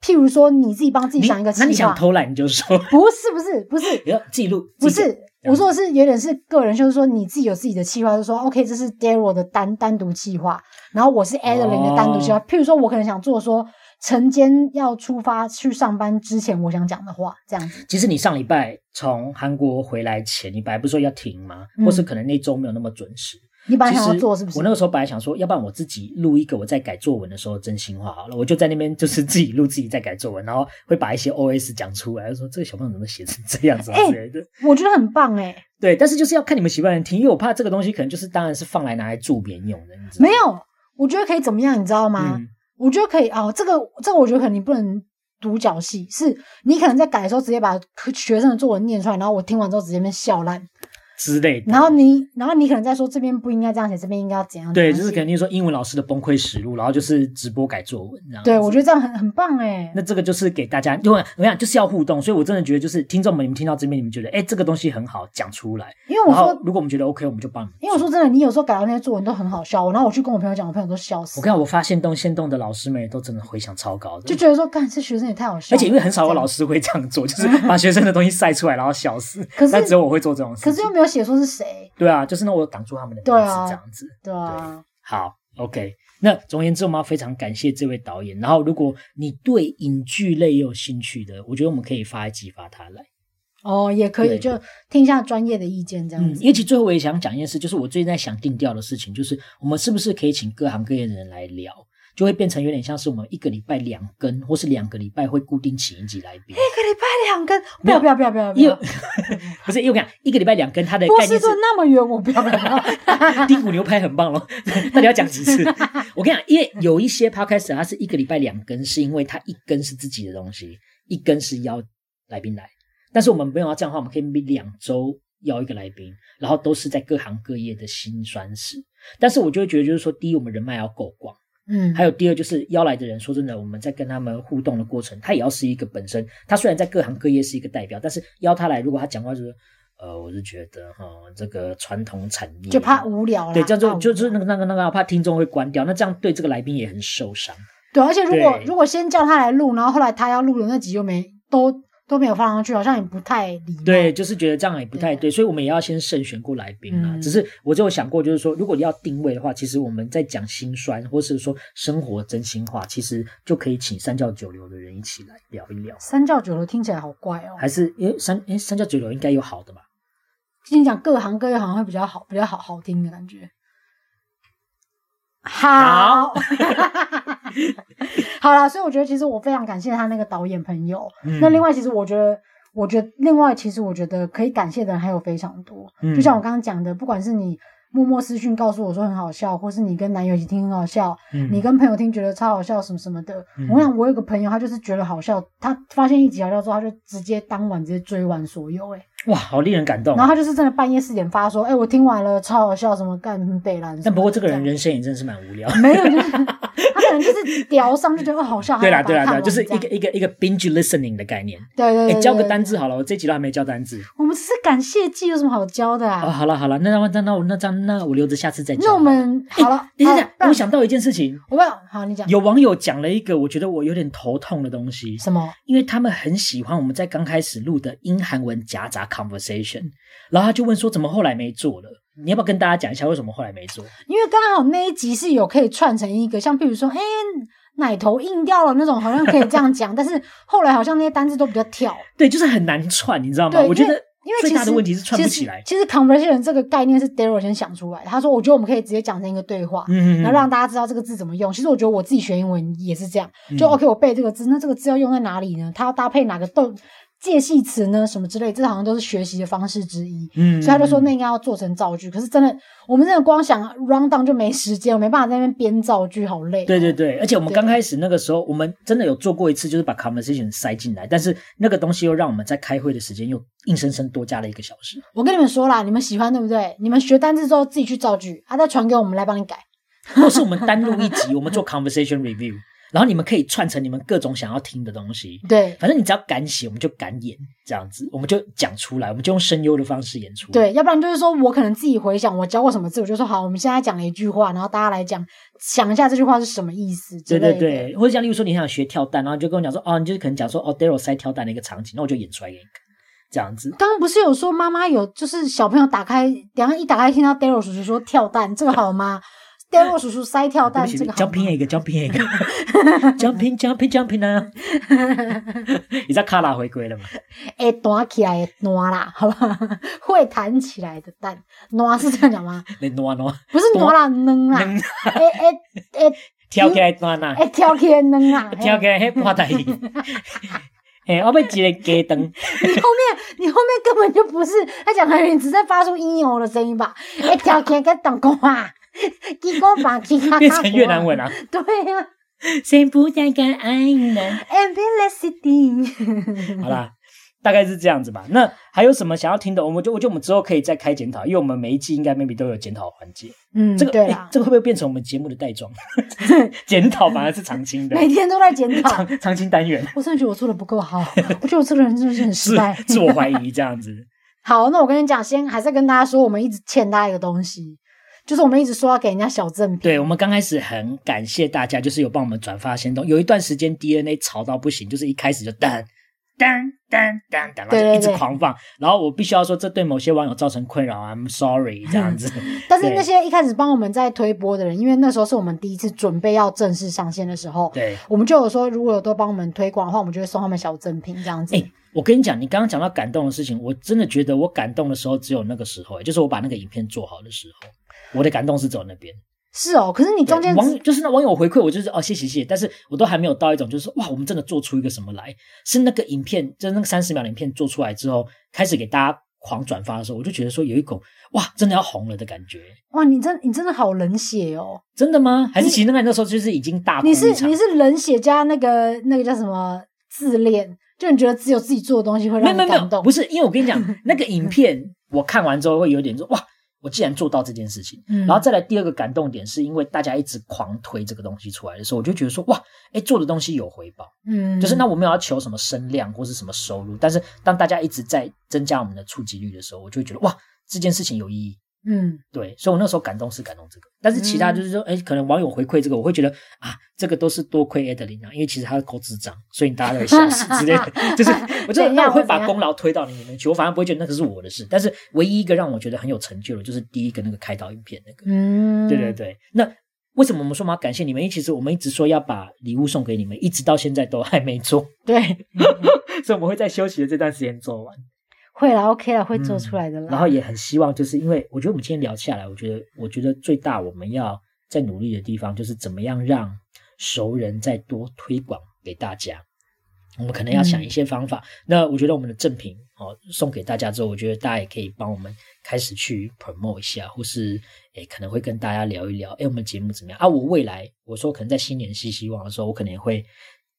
Speaker 1: 譬如说，你自己帮自己
Speaker 2: 你
Speaker 1: 想一个
Speaker 2: 那你
Speaker 1: 计
Speaker 2: 想
Speaker 1: 划，
Speaker 2: 偷懒你就说，
Speaker 1: 不是不是不是
Speaker 2: 你要自己录，
Speaker 1: 不
Speaker 2: 自己
Speaker 1: 是，我说的是有点是个人秀，就是说你自己有自己的计划，就说 OK，这是 Daryl 的单单独计划，然后我
Speaker 2: 哦
Speaker 1: 是 Adeline 的单独计划。譬如说，我可能想做说晨间要出发去上班之前，我想讲的话，这样子。
Speaker 2: 其实你上礼拜从韩国回来前，你本来不是说要停吗？
Speaker 1: 嗯
Speaker 2: 或是可能那周没有那么准时。
Speaker 1: 你本来
Speaker 2: 其
Speaker 1: 想要
Speaker 2: 实
Speaker 1: 做是不是？
Speaker 2: 我那个时候本来想说，要不然我自己录一个我在改作文的时候的真心话好了，我就在那边就是自己录自己在改作文，然后会把一些 OS 讲出来，就说这个小朋友怎么写成这样子啊
Speaker 1: 哎
Speaker 2: 之类的。
Speaker 1: 我觉得很棒哎、
Speaker 2: 对，但是就是要看你们喜不喜欢听，因为我怕这个东西可能就是当然是放来拿来助眠用的，你知道
Speaker 1: 没
Speaker 2: 吗？
Speaker 1: 有，啊我觉得可以怎么样，你知道吗？
Speaker 2: 嗯
Speaker 1: 我觉得可以哦，这个这个我觉得可能你不能独角戏，是你可能在改的时候直接把科学生的作文念出来，然后我听完之后直接被笑烂，
Speaker 2: 之类的。
Speaker 1: 然后你然后你可能再说这边不应该这样写，这边应该要怎样？
Speaker 2: 对，
Speaker 1: 怎
Speaker 2: 就
Speaker 1: 样
Speaker 2: 是
Speaker 1: 写
Speaker 2: 肯定说英文老师的崩溃实录，然后就是直播改作文这样子。
Speaker 1: 对我觉得这样很很棒哎、
Speaker 2: 那这个就是给大家，因为我想就是要互动，所以我真的觉得就是听众们，你们听到这边，你们觉得哎、这个东西很好，讲出来。
Speaker 1: 因为我
Speaker 2: 然后
Speaker 1: 说。
Speaker 2: 如果我们觉得 OK，我们就帮你们。
Speaker 1: 因为我说真的，你有时候改到那些作文都很好笑，然后我去跟我朋友讲，我朋友都笑死
Speaker 2: 我，看我发现动线动的老师们也都真的回响超高的，
Speaker 1: 就觉得说，干这学生也太好笑。
Speaker 2: 而且因为很少有老
Speaker 1: 师，
Speaker 2: 师会这样做，就是把学生的东西晒出来然后笑死。
Speaker 1: 可是
Speaker 2: 但只有我会做这种事
Speaker 1: 可
Speaker 2: 情。
Speaker 1: 是又没有写说是谁，
Speaker 2: 对啊，就是那我有挡住他们的
Speaker 1: 对
Speaker 2: 名字
Speaker 1: 啊
Speaker 2: 这样子。
Speaker 1: 对啊，
Speaker 2: 好，OK。那总而言之，我们要非常感谢这位导演。然后，如果你对影剧类有兴趣的，我觉得我们可以发一集发他来。
Speaker 1: 哦，也可以
Speaker 2: 对
Speaker 1: 就听一下专业的意见这样
Speaker 2: 嗯
Speaker 1: 子，。
Speaker 2: 因为其实最后我也想讲一件事，就是我最近在想定调的事情，就是我们是不是可以请各行各业的人来聊，就会变成有点像是我们一个礼拜两更，或是两个礼拜会固定请一集来
Speaker 1: 一
Speaker 2: 宾。
Speaker 1: 个礼拜两根，不
Speaker 2: 没
Speaker 1: 要
Speaker 2: 有
Speaker 1: 不要不要不要，不
Speaker 2: 因
Speaker 1: 要
Speaker 2: 为 (laughs) 不是，因为我讲一个礼拜两更，它的
Speaker 1: 波
Speaker 2: 概
Speaker 1: 士
Speaker 2: 念是
Speaker 1: 顿那么远，我不要不要不要。
Speaker 2: 低谷牛排很棒咯， (laughs) 那你要讲几次？ (laughs) 我跟你讲，因为有一些 podcast 它是一个礼拜两更，是因为它一根是自己的东西，一根是邀来宾来。但是我们没有要这样的话，我们可以两周邀一个来宾，然后都是在各行各业的辛酸史。但是我就会觉得，就是说，第一，我们人脉要够广。
Speaker 1: 嗯，
Speaker 2: 还有第二就是邀来的人，说真的，我们在跟他们互动的过程，他也要是一个本身，他虽然在各行各业是一个代表，但是邀他来，如果他讲话就是，呃，我是觉得哈、这个传统产业
Speaker 1: 就怕无聊啦。
Speaker 2: 对，
Speaker 1: 怕
Speaker 2: 叫做
Speaker 1: 无
Speaker 2: 就是
Speaker 1: 聊
Speaker 2: 那个那个那个，怕听众会关掉，那这样对这个来宾也很受伤。
Speaker 1: 对，而且如果
Speaker 2: 对
Speaker 1: 如果先叫他来录，然后后来他要录的那集又没都都没有放上去，好像也不太礼貌。
Speaker 2: 对，，就是觉得这样也不太对，所以我们也要先慎选过来宾啦。
Speaker 1: 嗯
Speaker 2: 只是我就有想过，就是说，如果你要定位的话，其实我们在讲心酸，或是说生活真心话，其实就可以请三教九流的人一起来聊一聊。
Speaker 1: 三教九流听起来好怪哦。
Speaker 2: 还是因为三诶三教九流应该有好的吧？
Speaker 1: 听你讲各行各业好像会比较好，比较好好听的感觉。好， (laughs) 好啦，所以我觉得其实我非常感谢他那个导演朋友。
Speaker 2: 嗯
Speaker 1: 那另外，其实我觉得，我觉得另外，其实我觉得可以感谢的人还有非常多。
Speaker 2: 嗯
Speaker 1: 就像我刚刚讲的，不管是你默默私讯告诉我说很好笑，或是你跟男友一起听很好笑，
Speaker 2: 嗯
Speaker 1: 你跟朋友听觉得超好笑什么什么的。
Speaker 2: 嗯
Speaker 1: 我想我有个朋友，他就是觉得好笑，他发现一集好笑之后，他就直接当晚直接追完所有、欸，
Speaker 2: 哇，好令人感动
Speaker 1: 然
Speaker 2: 啊。
Speaker 1: 后他就是真的半夜四点发说，哎、我听完了，超好笑，什么干北兰。
Speaker 2: 但不过这个人
Speaker 1: 人
Speaker 2: 人生也真是蛮无聊。
Speaker 1: 没有，就是 (laughs) 他可能就是 (laughs) 屌上就觉得哦好笑，
Speaker 2: 对啦，
Speaker 1: 他就
Speaker 2: 对啦，
Speaker 1: 把它
Speaker 2: 对啦，
Speaker 1: 看
Speaker 2: 就是
Speaker 1: 完这样
Speaker 2: 一个一个一个 binge listening 的概念。
Speaker 1: 对对对
Speaker 2: 哎，
Speaker 1: 对
Speaker 2: 教个
Speaker 1: 对
Speaker 2: 单字好了，我这集都还没教单字。
Speaker 1: 我们只是感谢季，有什么好教的
Speaker 2: 哦，
Speaker 1: 啊？
Speaker 2: 好了好了，那那那那我那这样，那我留着下次再讲。哎
Speaker 1: 那我们好了，
Speaker 2: 等一
Speaker 1: 好
Speaker 2: 下，
Speaker 1: 不然
Speaker 2: 我想到一件事情，
Speaker 1: 我不要好，你讲
Speaker 2: 有网友讲了一个我觉得我有点头痛的东西，
Speaker 1: 什么？
Speaker 2: 因为他们很喜欢我们在刚开始录的英韩文夹杂 conversation，然后他就问说怎么后来没做了？你要不要跟大家讲一下为什么后来没做？
Speaker 1: 因为刚好那一集是有可以串成一个，像譬如说，哎、奶头硬掉了那种，好像可以这样讲， (laughs) 但是后来好像那些单字都比较跳。
Speaker 2: 对，就是很难串，你知道吗？
Speaker 1: 对，
Speaker 2: 我觉
Speaker 1: 因为
Speaker 2: 得
Speaker 1: 因为
Speaker 2: 最
Speaker 1: 其
Speaker 2: 大
Speaker 1: 实
Speaker 2: 的问题是串不起来。
Speaker 1: 其实其实 conversation 这个概念是 Daryl 先想出来的，他说我觉得我们可以直接讲成一个对话。
Speaker 2: 嗯，
Speaker 1: 然后让大家知道这个字怎么用。其实我觉得我自己学英文也是这样，就
Speaker 2: 嗯
Speaker 1: OK，我背这个字，那这个字要用在哪里呢？它要搭配哪个动介系词呢什么之类，这好像都是学习的方式之一。
Speaker 2: 嗯，
Speaker 1: 所以他就说那应该要做成造句。可是真的，我们真的光想 round down 就没时间，我没办法在那边编造句，好累。
Speaker 2: 对对对，而且我们
Speaker 1: 对
Speaker 2: 刚开始那个时候，我们真的有做过一次，就是把 conversation 塞进来，但是那个东西又让我们在开会的时间又硬生生多加了一个小时。
Speaker 1: 我跟你们说啦，你们喜欢对不对？你们学单字之后自己去造句，啊，再传给我们来帮你改。
Speaker 2: 或是我们单录一
Speaker 1: (laughs)
Speaker 2: 集，我们做 conversation review，然后你们可以串成你们各种想要听的东西。
Speaker 1: 对
Speaker 2: 反正你只要敢写，我们就敢演，这样子，我们就讲出来，我们就用声优的方式演出。，
Speaker 1: 对，要不然就是说我可能自己回想我教过什么字，我就说好，我们现在讲了一句话，然后大家来讲，想一下这句话是什么意思之
Speaker 2: 对
Speaker 1: 类
Speaker 2: 对
Speaker 1: 的。
Speaker 2: 对，或者像例如说你想学跳蛋，然后你就跟我讲说，哦，你就是可能讲说，哦，Daryl 塞跳蛋的一个场景，那我就演出来给你看，这样子。
Speaker 1: 刚刚不是有说妈妈有，就是小朋友打开，等一下一打开听到 Daryl 叔叔说跳蛋，这个好
Speaker 2: (laughs)
Speaker 1: 吗？Daryl 叔叔塞跳
Speaker 2: 对
Speaker 1: 蛋，
Speaker 2: 不起
Speaker 1: 这个好吗
Speaker 2: ，jumping？一个，jumping
Speaker 1: (laughs)
Speaker 2: 一个，jumping jumping jumping 啊！ (laughs) 你知道卡拉回归了吗？
Speaker 1: 哎，弹起来的暖啦，好不好？会弹起来的蛋，暖是这样
Speaker 2: (laughs)
Speaker 1: 讲吗？
Speaker 2: 那挪挪
Speaker 1: 不是暖啦，扔
Speaker 2: (laughs)
Speaker 1: 啦，哎哎哎
Speaker 2: 跳起来挪呐，
Speaker 1: 哎，跳起来扔啦，嘿
Speaker 2: 啊 (laughs) 跳起来嘿破台。 (laughs) 哎，我们一个鸡
Speaker 1: (laughs)
Speaker 2: 蛋。
Speaker 1: 你哎后面你后面根本就不是他讲台语，你只在发出音哦的声音吧？哎，跳起来个挡工 (laughs) 啊，鸡公把鸡卡
Speaker 2: 变成越南文啊！
Speaker 1: (laughs)
Speaker 2: (laughs)
Speaker 1: 对呀、
Speaker 2: 谁不再敢爱呢？
Speaker 1: a m b i l a city。
Speaker 2: 好啦，大概是这样子吧。那还有什么想要听的？我们就我觉得我们之后可以再开检讨，因为我们每一季应该 maybe 都有检讨环节。
Speaker 1: 嗯，
Speaker 2: 这个、
Speaker 1: 对
Speaker 2: 诶
Speaker 1: 啦，
Speaker 2: 这个会不会变成我们节目的带
Speaker 1: (laughs)
Speaker 2: 状？检讨反而是常青的
Speaker 1: 每天都在检
Speaker 2: (laughs)
Speaker 1: 讨。
Speaker 2: 常常青单元，
Speaker 1: 我真的觉得我做的不够好， (laughs) 我觉得我这个人真的是很 (laughs) 失
Speaker 2: 自 (laughs)
Speaker 1: 败。
Speaker 2: 自我怀疑这样子。
Speaker 1: 好，那我跟你讲，先还是跟大家说，我们一直欠大家一个东西，就是我们一直说要给人家小赠品。
Speaker 2: 对我们刚开始很感谢大家，就是有帮我们转发先动。有一段时间 DNA 吵到不行，就是一开始就噔噔噔噔噔，然后
Speaker 1: 对
Speaker 2: 就
Speaker 1: 对
Speaker 2: 一直
Speaker 1: 对
Speaker 2: 狂放。然后我必须要说，这对某些网友造成困扰，I'm 啊
Speaker 1: (laughs)
Speaker 2: sorry 这样子。
Speaker 1: 但是
Speaker 2: 对
Speaker 1: 那些一开始帮我们在推播的人，因为那时候是我们第一次准备要正式上线的时候，
Speaker 2: 对，
Speaker 1: 我们就有说，如果有多帮我们推广的话，我们就会送他们小赠品这样子。
Speaker 2: 哎、我跟你讲，你刚刚讲到感动的事情，我真的觉得我感动的时候只有那个时候，就是我把那个影片做好的时候，我的感动是只有那边。
Speaker 1: 是哦，可是你
Speaker 2: 对
Speaker 1: 中间
Speaker 2: 网就是那网友回馈，我就是哦谢谢谢谢，但是我都还没有到一种就是哇，我们真的做出一个什么来，是那个影片，就是那个三十秒的影片做出来之后，开始给大家狂转发的时候，我就觉得说有一股哇，真的要红了的感觉。
Speaker 1: 哇，你真你真的好冷血哦！
Speaker 2: 真的吗？还是其实那个那时候就是已经大哭
Speaker 1: 你
Speaker 2: 一
Speaker 1: 是
Speaker 2: 场
Speaker 1: 你是冷血加那个那个叫什么自恋，就你觉得只有自己做的东西会
Speaker 2: 没
Speaker 1: 让
Speaker 2: 有没
Speaker 1: 你
Speaker 2: 有没
Speaker 1: 感
Speaker 2: 有，
Speaker 1: 动？
Speaker 2: 不是，因为我跟你讲，那个影片我看完之后会有点说哇，我竟然做到这件事情。
Speaker 1: 嗯
Speaker 2: 然后再来第二个感动点，是因为大家一直狂推这个东西出来的时候，我就觉得说哇，哎，做的东西有回报，
Speaker 1: 嗯，
Speaker 2: 就是那我没有要求什么声量或是什么收入，但是当大家一直在增加我们的触及率的时候，我就会觉得哇，这件事情有意义。
Speaker 1: 嗯，
Speaker 2: 对，所以我那时候感动是感动这个，但是其他就是说，哎、可能网友回馈这个，我会觉得啊，这个都是多亏 Adeline 啊，因为其实他是够智障，所以大家都会笑死
Speaker 1: (laughs)
Speaker 2: 之类的，就是我觉得
Speaker 1: 怎样
Speaker 2: 那我会
Speaker 1: 怎
Speaker 2: 把
Speaker 1: 样
Speaker 2: 功劳推到你里面去，我反而不会觉得那个是我的事。但是唯一一个让我觉得很有成就的，就是第一个那个开导影片那个，
Speaker 1: 嗯，
Speaker 2: 对对，对。那为什么我们说我们要感谢你们？因为其实我们一直说要把礼物送给你们，一直到现在都还没做，
Speaker 1: 对，嗯
Speaker 2: 所以我们会在休息的这段时间做完。
Speaker 1: 会啦，OK 啦，会做出来的啦。
Speaker 2: 嗯然后也很希望，就是因为我觉得我们今天聊下来，我觉得我觉得最大我们要在努力的地方，就是怎么样让熟人再多推广给大家。我们可能要想一些方法。那我觉得我们的赠品哦送给大家之后，我觉得大家也可以帮我们开始去 promote 一下，或是诶可能会跟大家聊一聊，诶我们节目怎么样啊？我未来我说可能在新年新希望的时候，我可能也会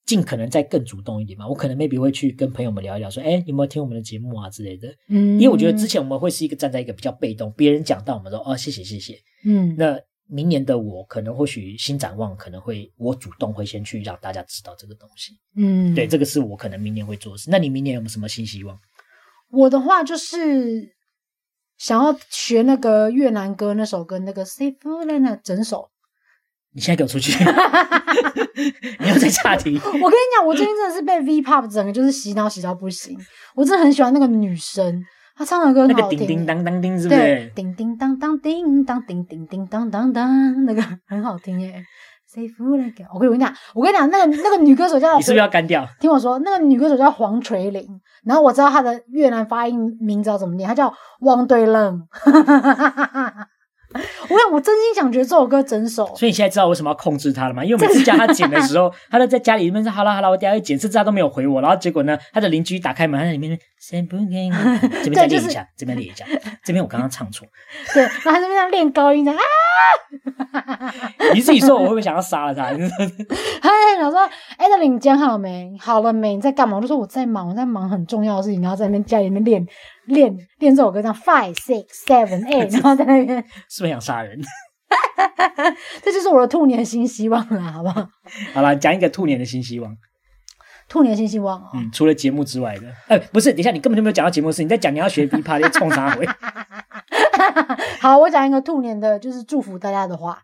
Speaker 2: 尽可能再更主动一点嘛。我可能 maybe 会去跟朋友们聊一聊，说诶有没有听我们的节目啊之类的。
Speaker 1: 嗯，
Speaker 2: 因为我觉得之前我们会是一个站在一个比较被动，别人讲到我们说哦谢谢谢谢。
Speaker 1: 嗯，
Speaker 2: 那明年的我可能或许新展望可能会我主动会先去让大家知道这个东西，
Speaker 1: 嗯，
Speaker 2: 对，这个是我可能明年会做的事。那你明年有没有什么新希望？
Speaker 1: 我的话就是想要学那个越南歌那首歌，那个 s a f e l a n 整首。
Speaker 2: 你现在给我出
Speaker 1: (laughs)
Speaker 2: 去，你要再岔题。
Speaker 1: 我跟你讲，我最近真的是被 V-pop 整个就是洗脑洗到不行。我真的很喜欢那个女生，她唱的歌
Speaker 2: 那
Speaker 1: 很
Speaker 2: 个
Speaker 1: 好听。欸
Speaker 2: 叮叮当当叮是不
Speaker 1: 对
Speaker 2: 是，？
Speaker 1: 叮叮当当叮当叮叮叮当当当，那个很好听耶。Say fool a g a 我跟你讲，我跟你讲，那个那个女歌手叫
Speaker 2: 你是不是要干掉？
Speaker 1: 听我说，那个女歌手叫黄垂玲，然后我知道她的越南发音名字要怎么念，她叫汪对愣。 (laughs) 我想，我真心想觉得这首歌整首
Speaker 2: 所以你现在知道为什么要控制他了吗？因为我每次叫他剪的时候， (laughs) 他都在家里面说：“好了好了，我等一下会剪。”甚至他都没有回我。然后结果呢，他的邻居打开门，他在里面谁不给这边再练一下，这边练一下，这边我刚刚唱错。
Speaker 1: 对，然后他就那样练高音的啊，
Speaker 2: 你自己说我会不会想要杀了他？ (laughs)
Speaker 1: 他在啊想说：“哎，那你剪好没？好了没？你在干嘛？”我就说：“我在忙，我在忙很重要的事情。”然后在那边家里面练练练这首歌，这样 five six seven eight，然后在那边，
Speaker 2: 是不是想杀人？
Speaker 1: 这就是我的兔年新希望啦，好不好？
Speaker 2: 好了，讲一个兔年的新希望。
Speaker 1: 兔年新希望哦，
Speaker 2: 嗯，除了节目之外的，哎、不是，等一下你根本就没有讲到节目的事，你在讲你要学 B 趴，就冲啥
Speaker 1: (laughs)
Speaker 2: 回？
Speaker 1: 好，我讲一个兔年的，就是祝福大家的话。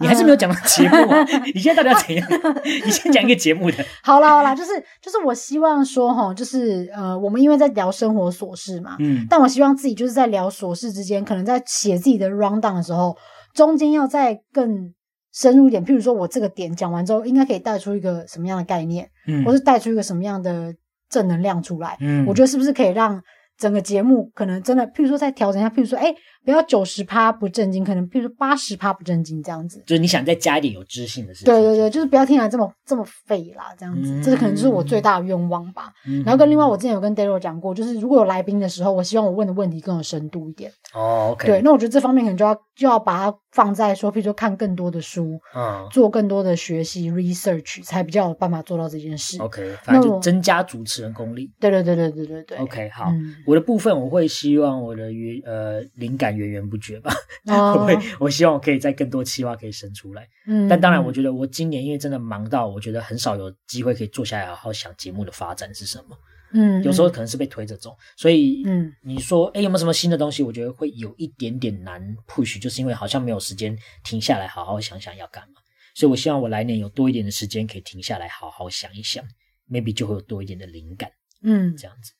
Speaker 2: 你还是没有讲到节目、
Speaker 1: (laughs)
Speaker 2: 啊，你现在到底要怎样？ (laughs) 你先讲一个节目的，
Speaker 1: 好啦好啦，就是就是我希望说哈，就是呃，我们因为在聊生活琐事嘛， (laughs)
Speaker 2: 嗯，
Speaker 1: 但我希望自己就是在聊琐事之间，可能在写自己的 round down 的时候，中间要再更深入一点。譬如说我这个点讲完之后，应该可以带出一个什么样的概念，
Speaker 2: 嗯
Speaker 1: 或是带出一个什么样的正能量出来。
Speaker 2: 嗯，
Speaker 1: 我觉得是不是可以让整个节目可能真的，譬如说再调整一下，譬如说哎，不要九十趴不正经，可能譬如说八十趴不正经这样子。
Speaker 2: 就是你想再加一点有知性的事情，
Speaker 1: 对对对，就是不要听起来这么这么废啦，这样子，
Speaker 2: 嗯
Speaker 1: 这可能就是我最大的愿望吧。
Speaker 2: 嗯
Speaker 1: 然后跟另外，我之前有跟 Daryl 讲过，就是如果有来宾的时候，我希望我问的问题更有深度一点。
Speaker 2: 哦，OK，
Speaker 1: 对，，那我觉得这方面可能就要就要把它放在说，譬如说看更多的书，
Speaker 2: 嗯
Speaker 1: 做更多的学习 research，才比较有办法做到这件事。
Speaker 2: ，OK，反正
Speaker 1: 嗯那
Speaker 2: 就
Speaker 1: 我
Speaker 2: 增加主持人功力。
Speaker 1: 对对对对对对对。
Speaker 2: OK，好，
Speaker 1: 嗯
Speaker 2: (laughs) 我的部分我会希望我的源呃灵感源源不绝吧， (laughs) 我
Speaker 1: 哦
Speaker 2: 会，我希望我可以在更多企划可以生出来。
Speaker 1: 嗯
Speaker 2: 但当然，我觉得我今年因为真的忙到，我觉得很少有机会可以坐下来好好想节目的发展是什么。
Speaker 1: 嗯，
Speaker 2: 有时候可能是被推着走，所以
Speaker 1: 嗯
Speaker 2: 你说，哎，有没有什么新的东西？我觉得会有一点点难 push，就是因为好像没有时间停下来好好想想要干嘛。所以我希望我来年有多一点的时间可以停下来好好想一想，maybe 就会有多一点的灵感
Speaker 1: 嗯，
Speaker 2: 这样子。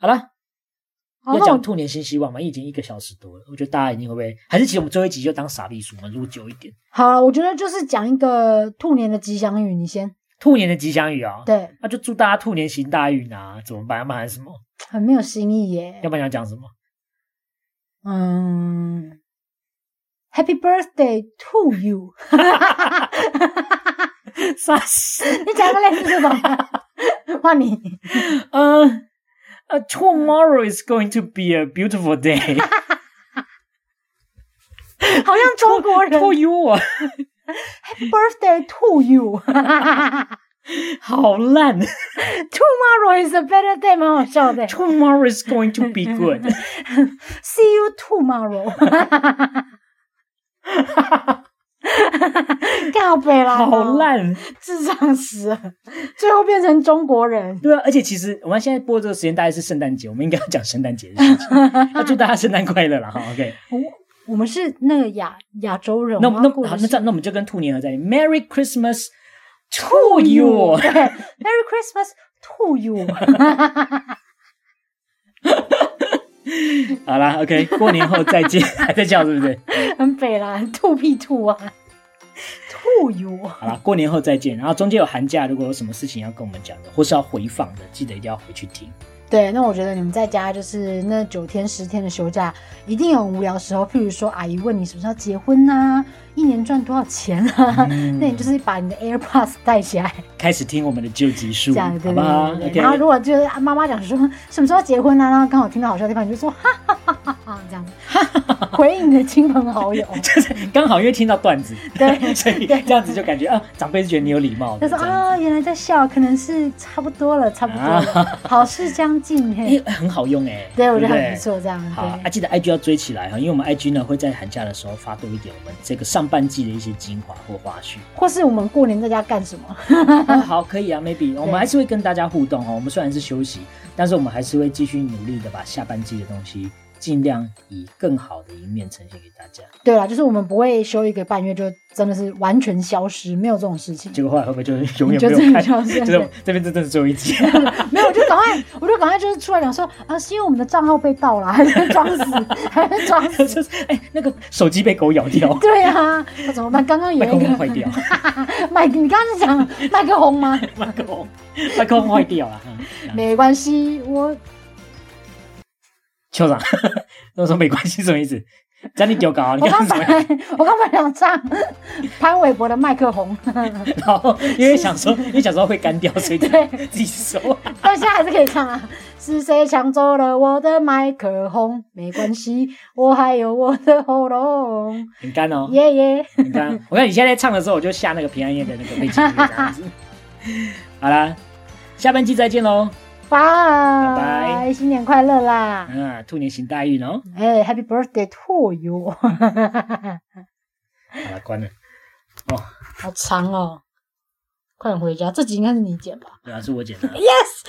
Speaker 2: 好了，
Speaker 1: 好
Speaker 2: 要
Speaker 1: 那
Speaker 2: 讲
Speaker 1: 我
Speaker 2: 兔年新希望嘛，已经一个小时多了，我觉得大家一定会不会？还是其实我们最后一集就当傻逼数，我们录久一点。
Speaker 1: 好啊了，我觉得就是讲一个兔年的吉祥语，你先。
Speaker 2: 兔年的吉祥语啊、
Speaker 1: 对，
Speaker 2: 那、就祝大家兔年行大运啊！怎么办？要不然什么？
Speaker 1: 很没有新意耶
Speaker 2: 要。不然你要讲
Speaker 1: (laughs)
Speaker 2: 什么？
Speaker 1: 嗯，Happy Birthday to you！ (laughs)
Speaker 2: 傻逼。
Speaker 1: 你讲个类似这种的，换你。
Speaker 2: 呃呃，tomorrow is going to be a beautiful day
Speaker 1: (laughs) 好像中国人
Speaker 2: for you 啊，
Speaker 1: birthday to you 。
Speaker 2: 好烂。
Speaker 1: (laughs) Tomorrow is a better day，蛮好笑的。
Speaker 2: Tomorrow is going to be good。
Speaker 1: See you tomorrow 。告北啦，
Speaker 2: 好，烂，
Speaker 1: 智障死了，最后变成中国人。
Speaker 2: 对啊，而且其实我们现在播这个时间大概是圣诞节，我们应该要讲圣诞节的事情，要祝大家圣诞快乐了哈。OK，
Speaker 1: 我们是那个亚亚洲人，
Speaker 2: 那
Speaker 1: 我
Speaker 2: 我
Speaker 1: 们
Speaker 2: 们那
Speaker 1: 要过的
Speaker 2: 好，那
Speaker 1: 是
Speaker 2: 这样，那我们就跟兔年合在一起，Merry Christmas to you
Speaker 1: 对。，Merry Christmas 啊 to you。
Speaker 2: 好啦 o k 过年后再见，还在叫是不是？
Speaker 1: 很北啦，吐屁吐啊，吐油。
Speaker 2: 好啦，过年后再见。然后中间有寒假，如果有什么事情要跟我们讲的，或是要回放的，记得一定要回去听。
Speaker 1: 对，那我觉得你们在家就是那九天十天的休假，一定有很无聊的时候。譬如说，阿姨问你什么时候结婚呐、一年赚多少钱啊？那你就是把你的 AirPods 带起来，
Speaker 2: 开始听我们的旧集数，
Speaker 1: 这样
Speaker 2: 好
Speaker 1: 对对
Speaker 2: 不好
Speaker 1: 对对对。然后
Speaker 2: ？OK，
Speaker 1: 如果就是啊妈妈讲说什么时候结婚啊，然后刚好听到好笑的地方，你就说哈哈哈哈哈这样子， (laughs) 回应你的亲朋好友。
Speaker 2: 刚好因为听到段子，
Speaker 1: 对
Speaker 2: 所以这样子就感觉啊，长辈是觉得你有礼貌
Speaker 1: 他
Speaker 2: 的。这
Speaker 1: 说
Speaker 2: 样子
Speaker 1: 啊，原来在笑，可能是差不多了，差不多了，好事将近嘿。
Speaker 2: (laughs) 哎，很好用哎，
Speaker 1: 对，我觉
Speaker 2: 啊不
Speaker 1: 得很不。错，这样
Speaker 2: 好啊，
Speaker 1: 对。
Speaker 2: 记得 IG 要追起来哈，因为我们 IG 呢会在寒假的时候发多一点我们这个上半季的一些精华或花
Speaker 1: (laughs)
Speaker 2: 絮。
Speaker 1: 或是我们过年在家干什么？ (laughs)
Speaker 2: 哦，好，可以啊，maybe 我们还是会跟大家互动哦。我们虽然是休息，但是我们还是会继续努力的把下半季的东西尽量以更好的一面呈现给大家。
Speaker 1: 对啦，就是我们不会休一个半月就真的是完全消失，没有这种事情。
Speaker 2: 结果后来会不会就是永远
Speaker 1: 就
Speaker 2: 没
Speaker 1: 这
Speaker 2: 有
Speaker 1: 样
Speaker 2: 看？
Speaker 1: 消失
Speaker 2: 这种这边 (laughs) 这真的是最后一集。
Speaker 1: (laughs) 没有，我就赶快， (laughs) 我就赶快就是出来讲说啊，是因为我们的账号被盗了，还在装死， (laughs) 还在装死。
Speaker 2: (laughs) 就是哎、那个手机被狗咬掉，
Speaker 1: 对啊，那怎么办？刚刚 (laughs) 有
Speaker 2: 哦麦克
Speaker 1: 一
Speaker 2: 风坏
Speaker 1: 个
Speaker 2: 掉，
Speaker 1: (laughs)
Speaker 2: (laughs)
Speaker 1: 麦，你刚刚是讲麦克风吗？
Speaker 2: 麦克风，麦克风坏掉了。嗯这样
Speaker 1: 没关系，我
Speaker 2: (laughs) 校长，那我说没关系什么意思？这样你丢啊稿，你
Speaker 1: 我
Speaker 2: 刚
Speaker 1: 刚
Speaker 2: 刚怎
Speaker 1: 本
Speaker 2: 么
Speaker 1: 来我刚本来想唱潘玮柏的《麦克红》，
Speaker 2: (laughs) 然后因为想
Speaker 1: (laughs)
Speaker 2: 说，因为想说会干掉，所以自己
Speaker 1: 对
Speaker 2: 自己收。啊
Speaker 1: (laughs) 但哦现在还是可以唱啊。是谁抢走了我的麦克风？没关系，我还有我的喉咙。
Speaker 2: 很
Speaker 1: (laughs)
Speaker 2: 干哦，
Speaker 1: 耶耶，
Speaker 2: 很干。哦我看你现在唱的时候，我就下那个平安夜的那个背景
Speaker 1: (laughs)
Speaker 2: 音乐这样子。好啦，下半季再见喽。
Speaker 1: 拜
Speaker 2: 拜
Speaker 1: 新年快乐啦！
Speaker 2: 嗯，兔年行大运哦。
Speaker 1: 哎、h a p p y Birthday to (laughs) you！
Speaker 2: 好了，关了。
Speaker 1: 好长哦，快点回家，这集应该是你剪吧
Speaker 2: 对啊，是我剪的。
Speaker 1: ？Yes。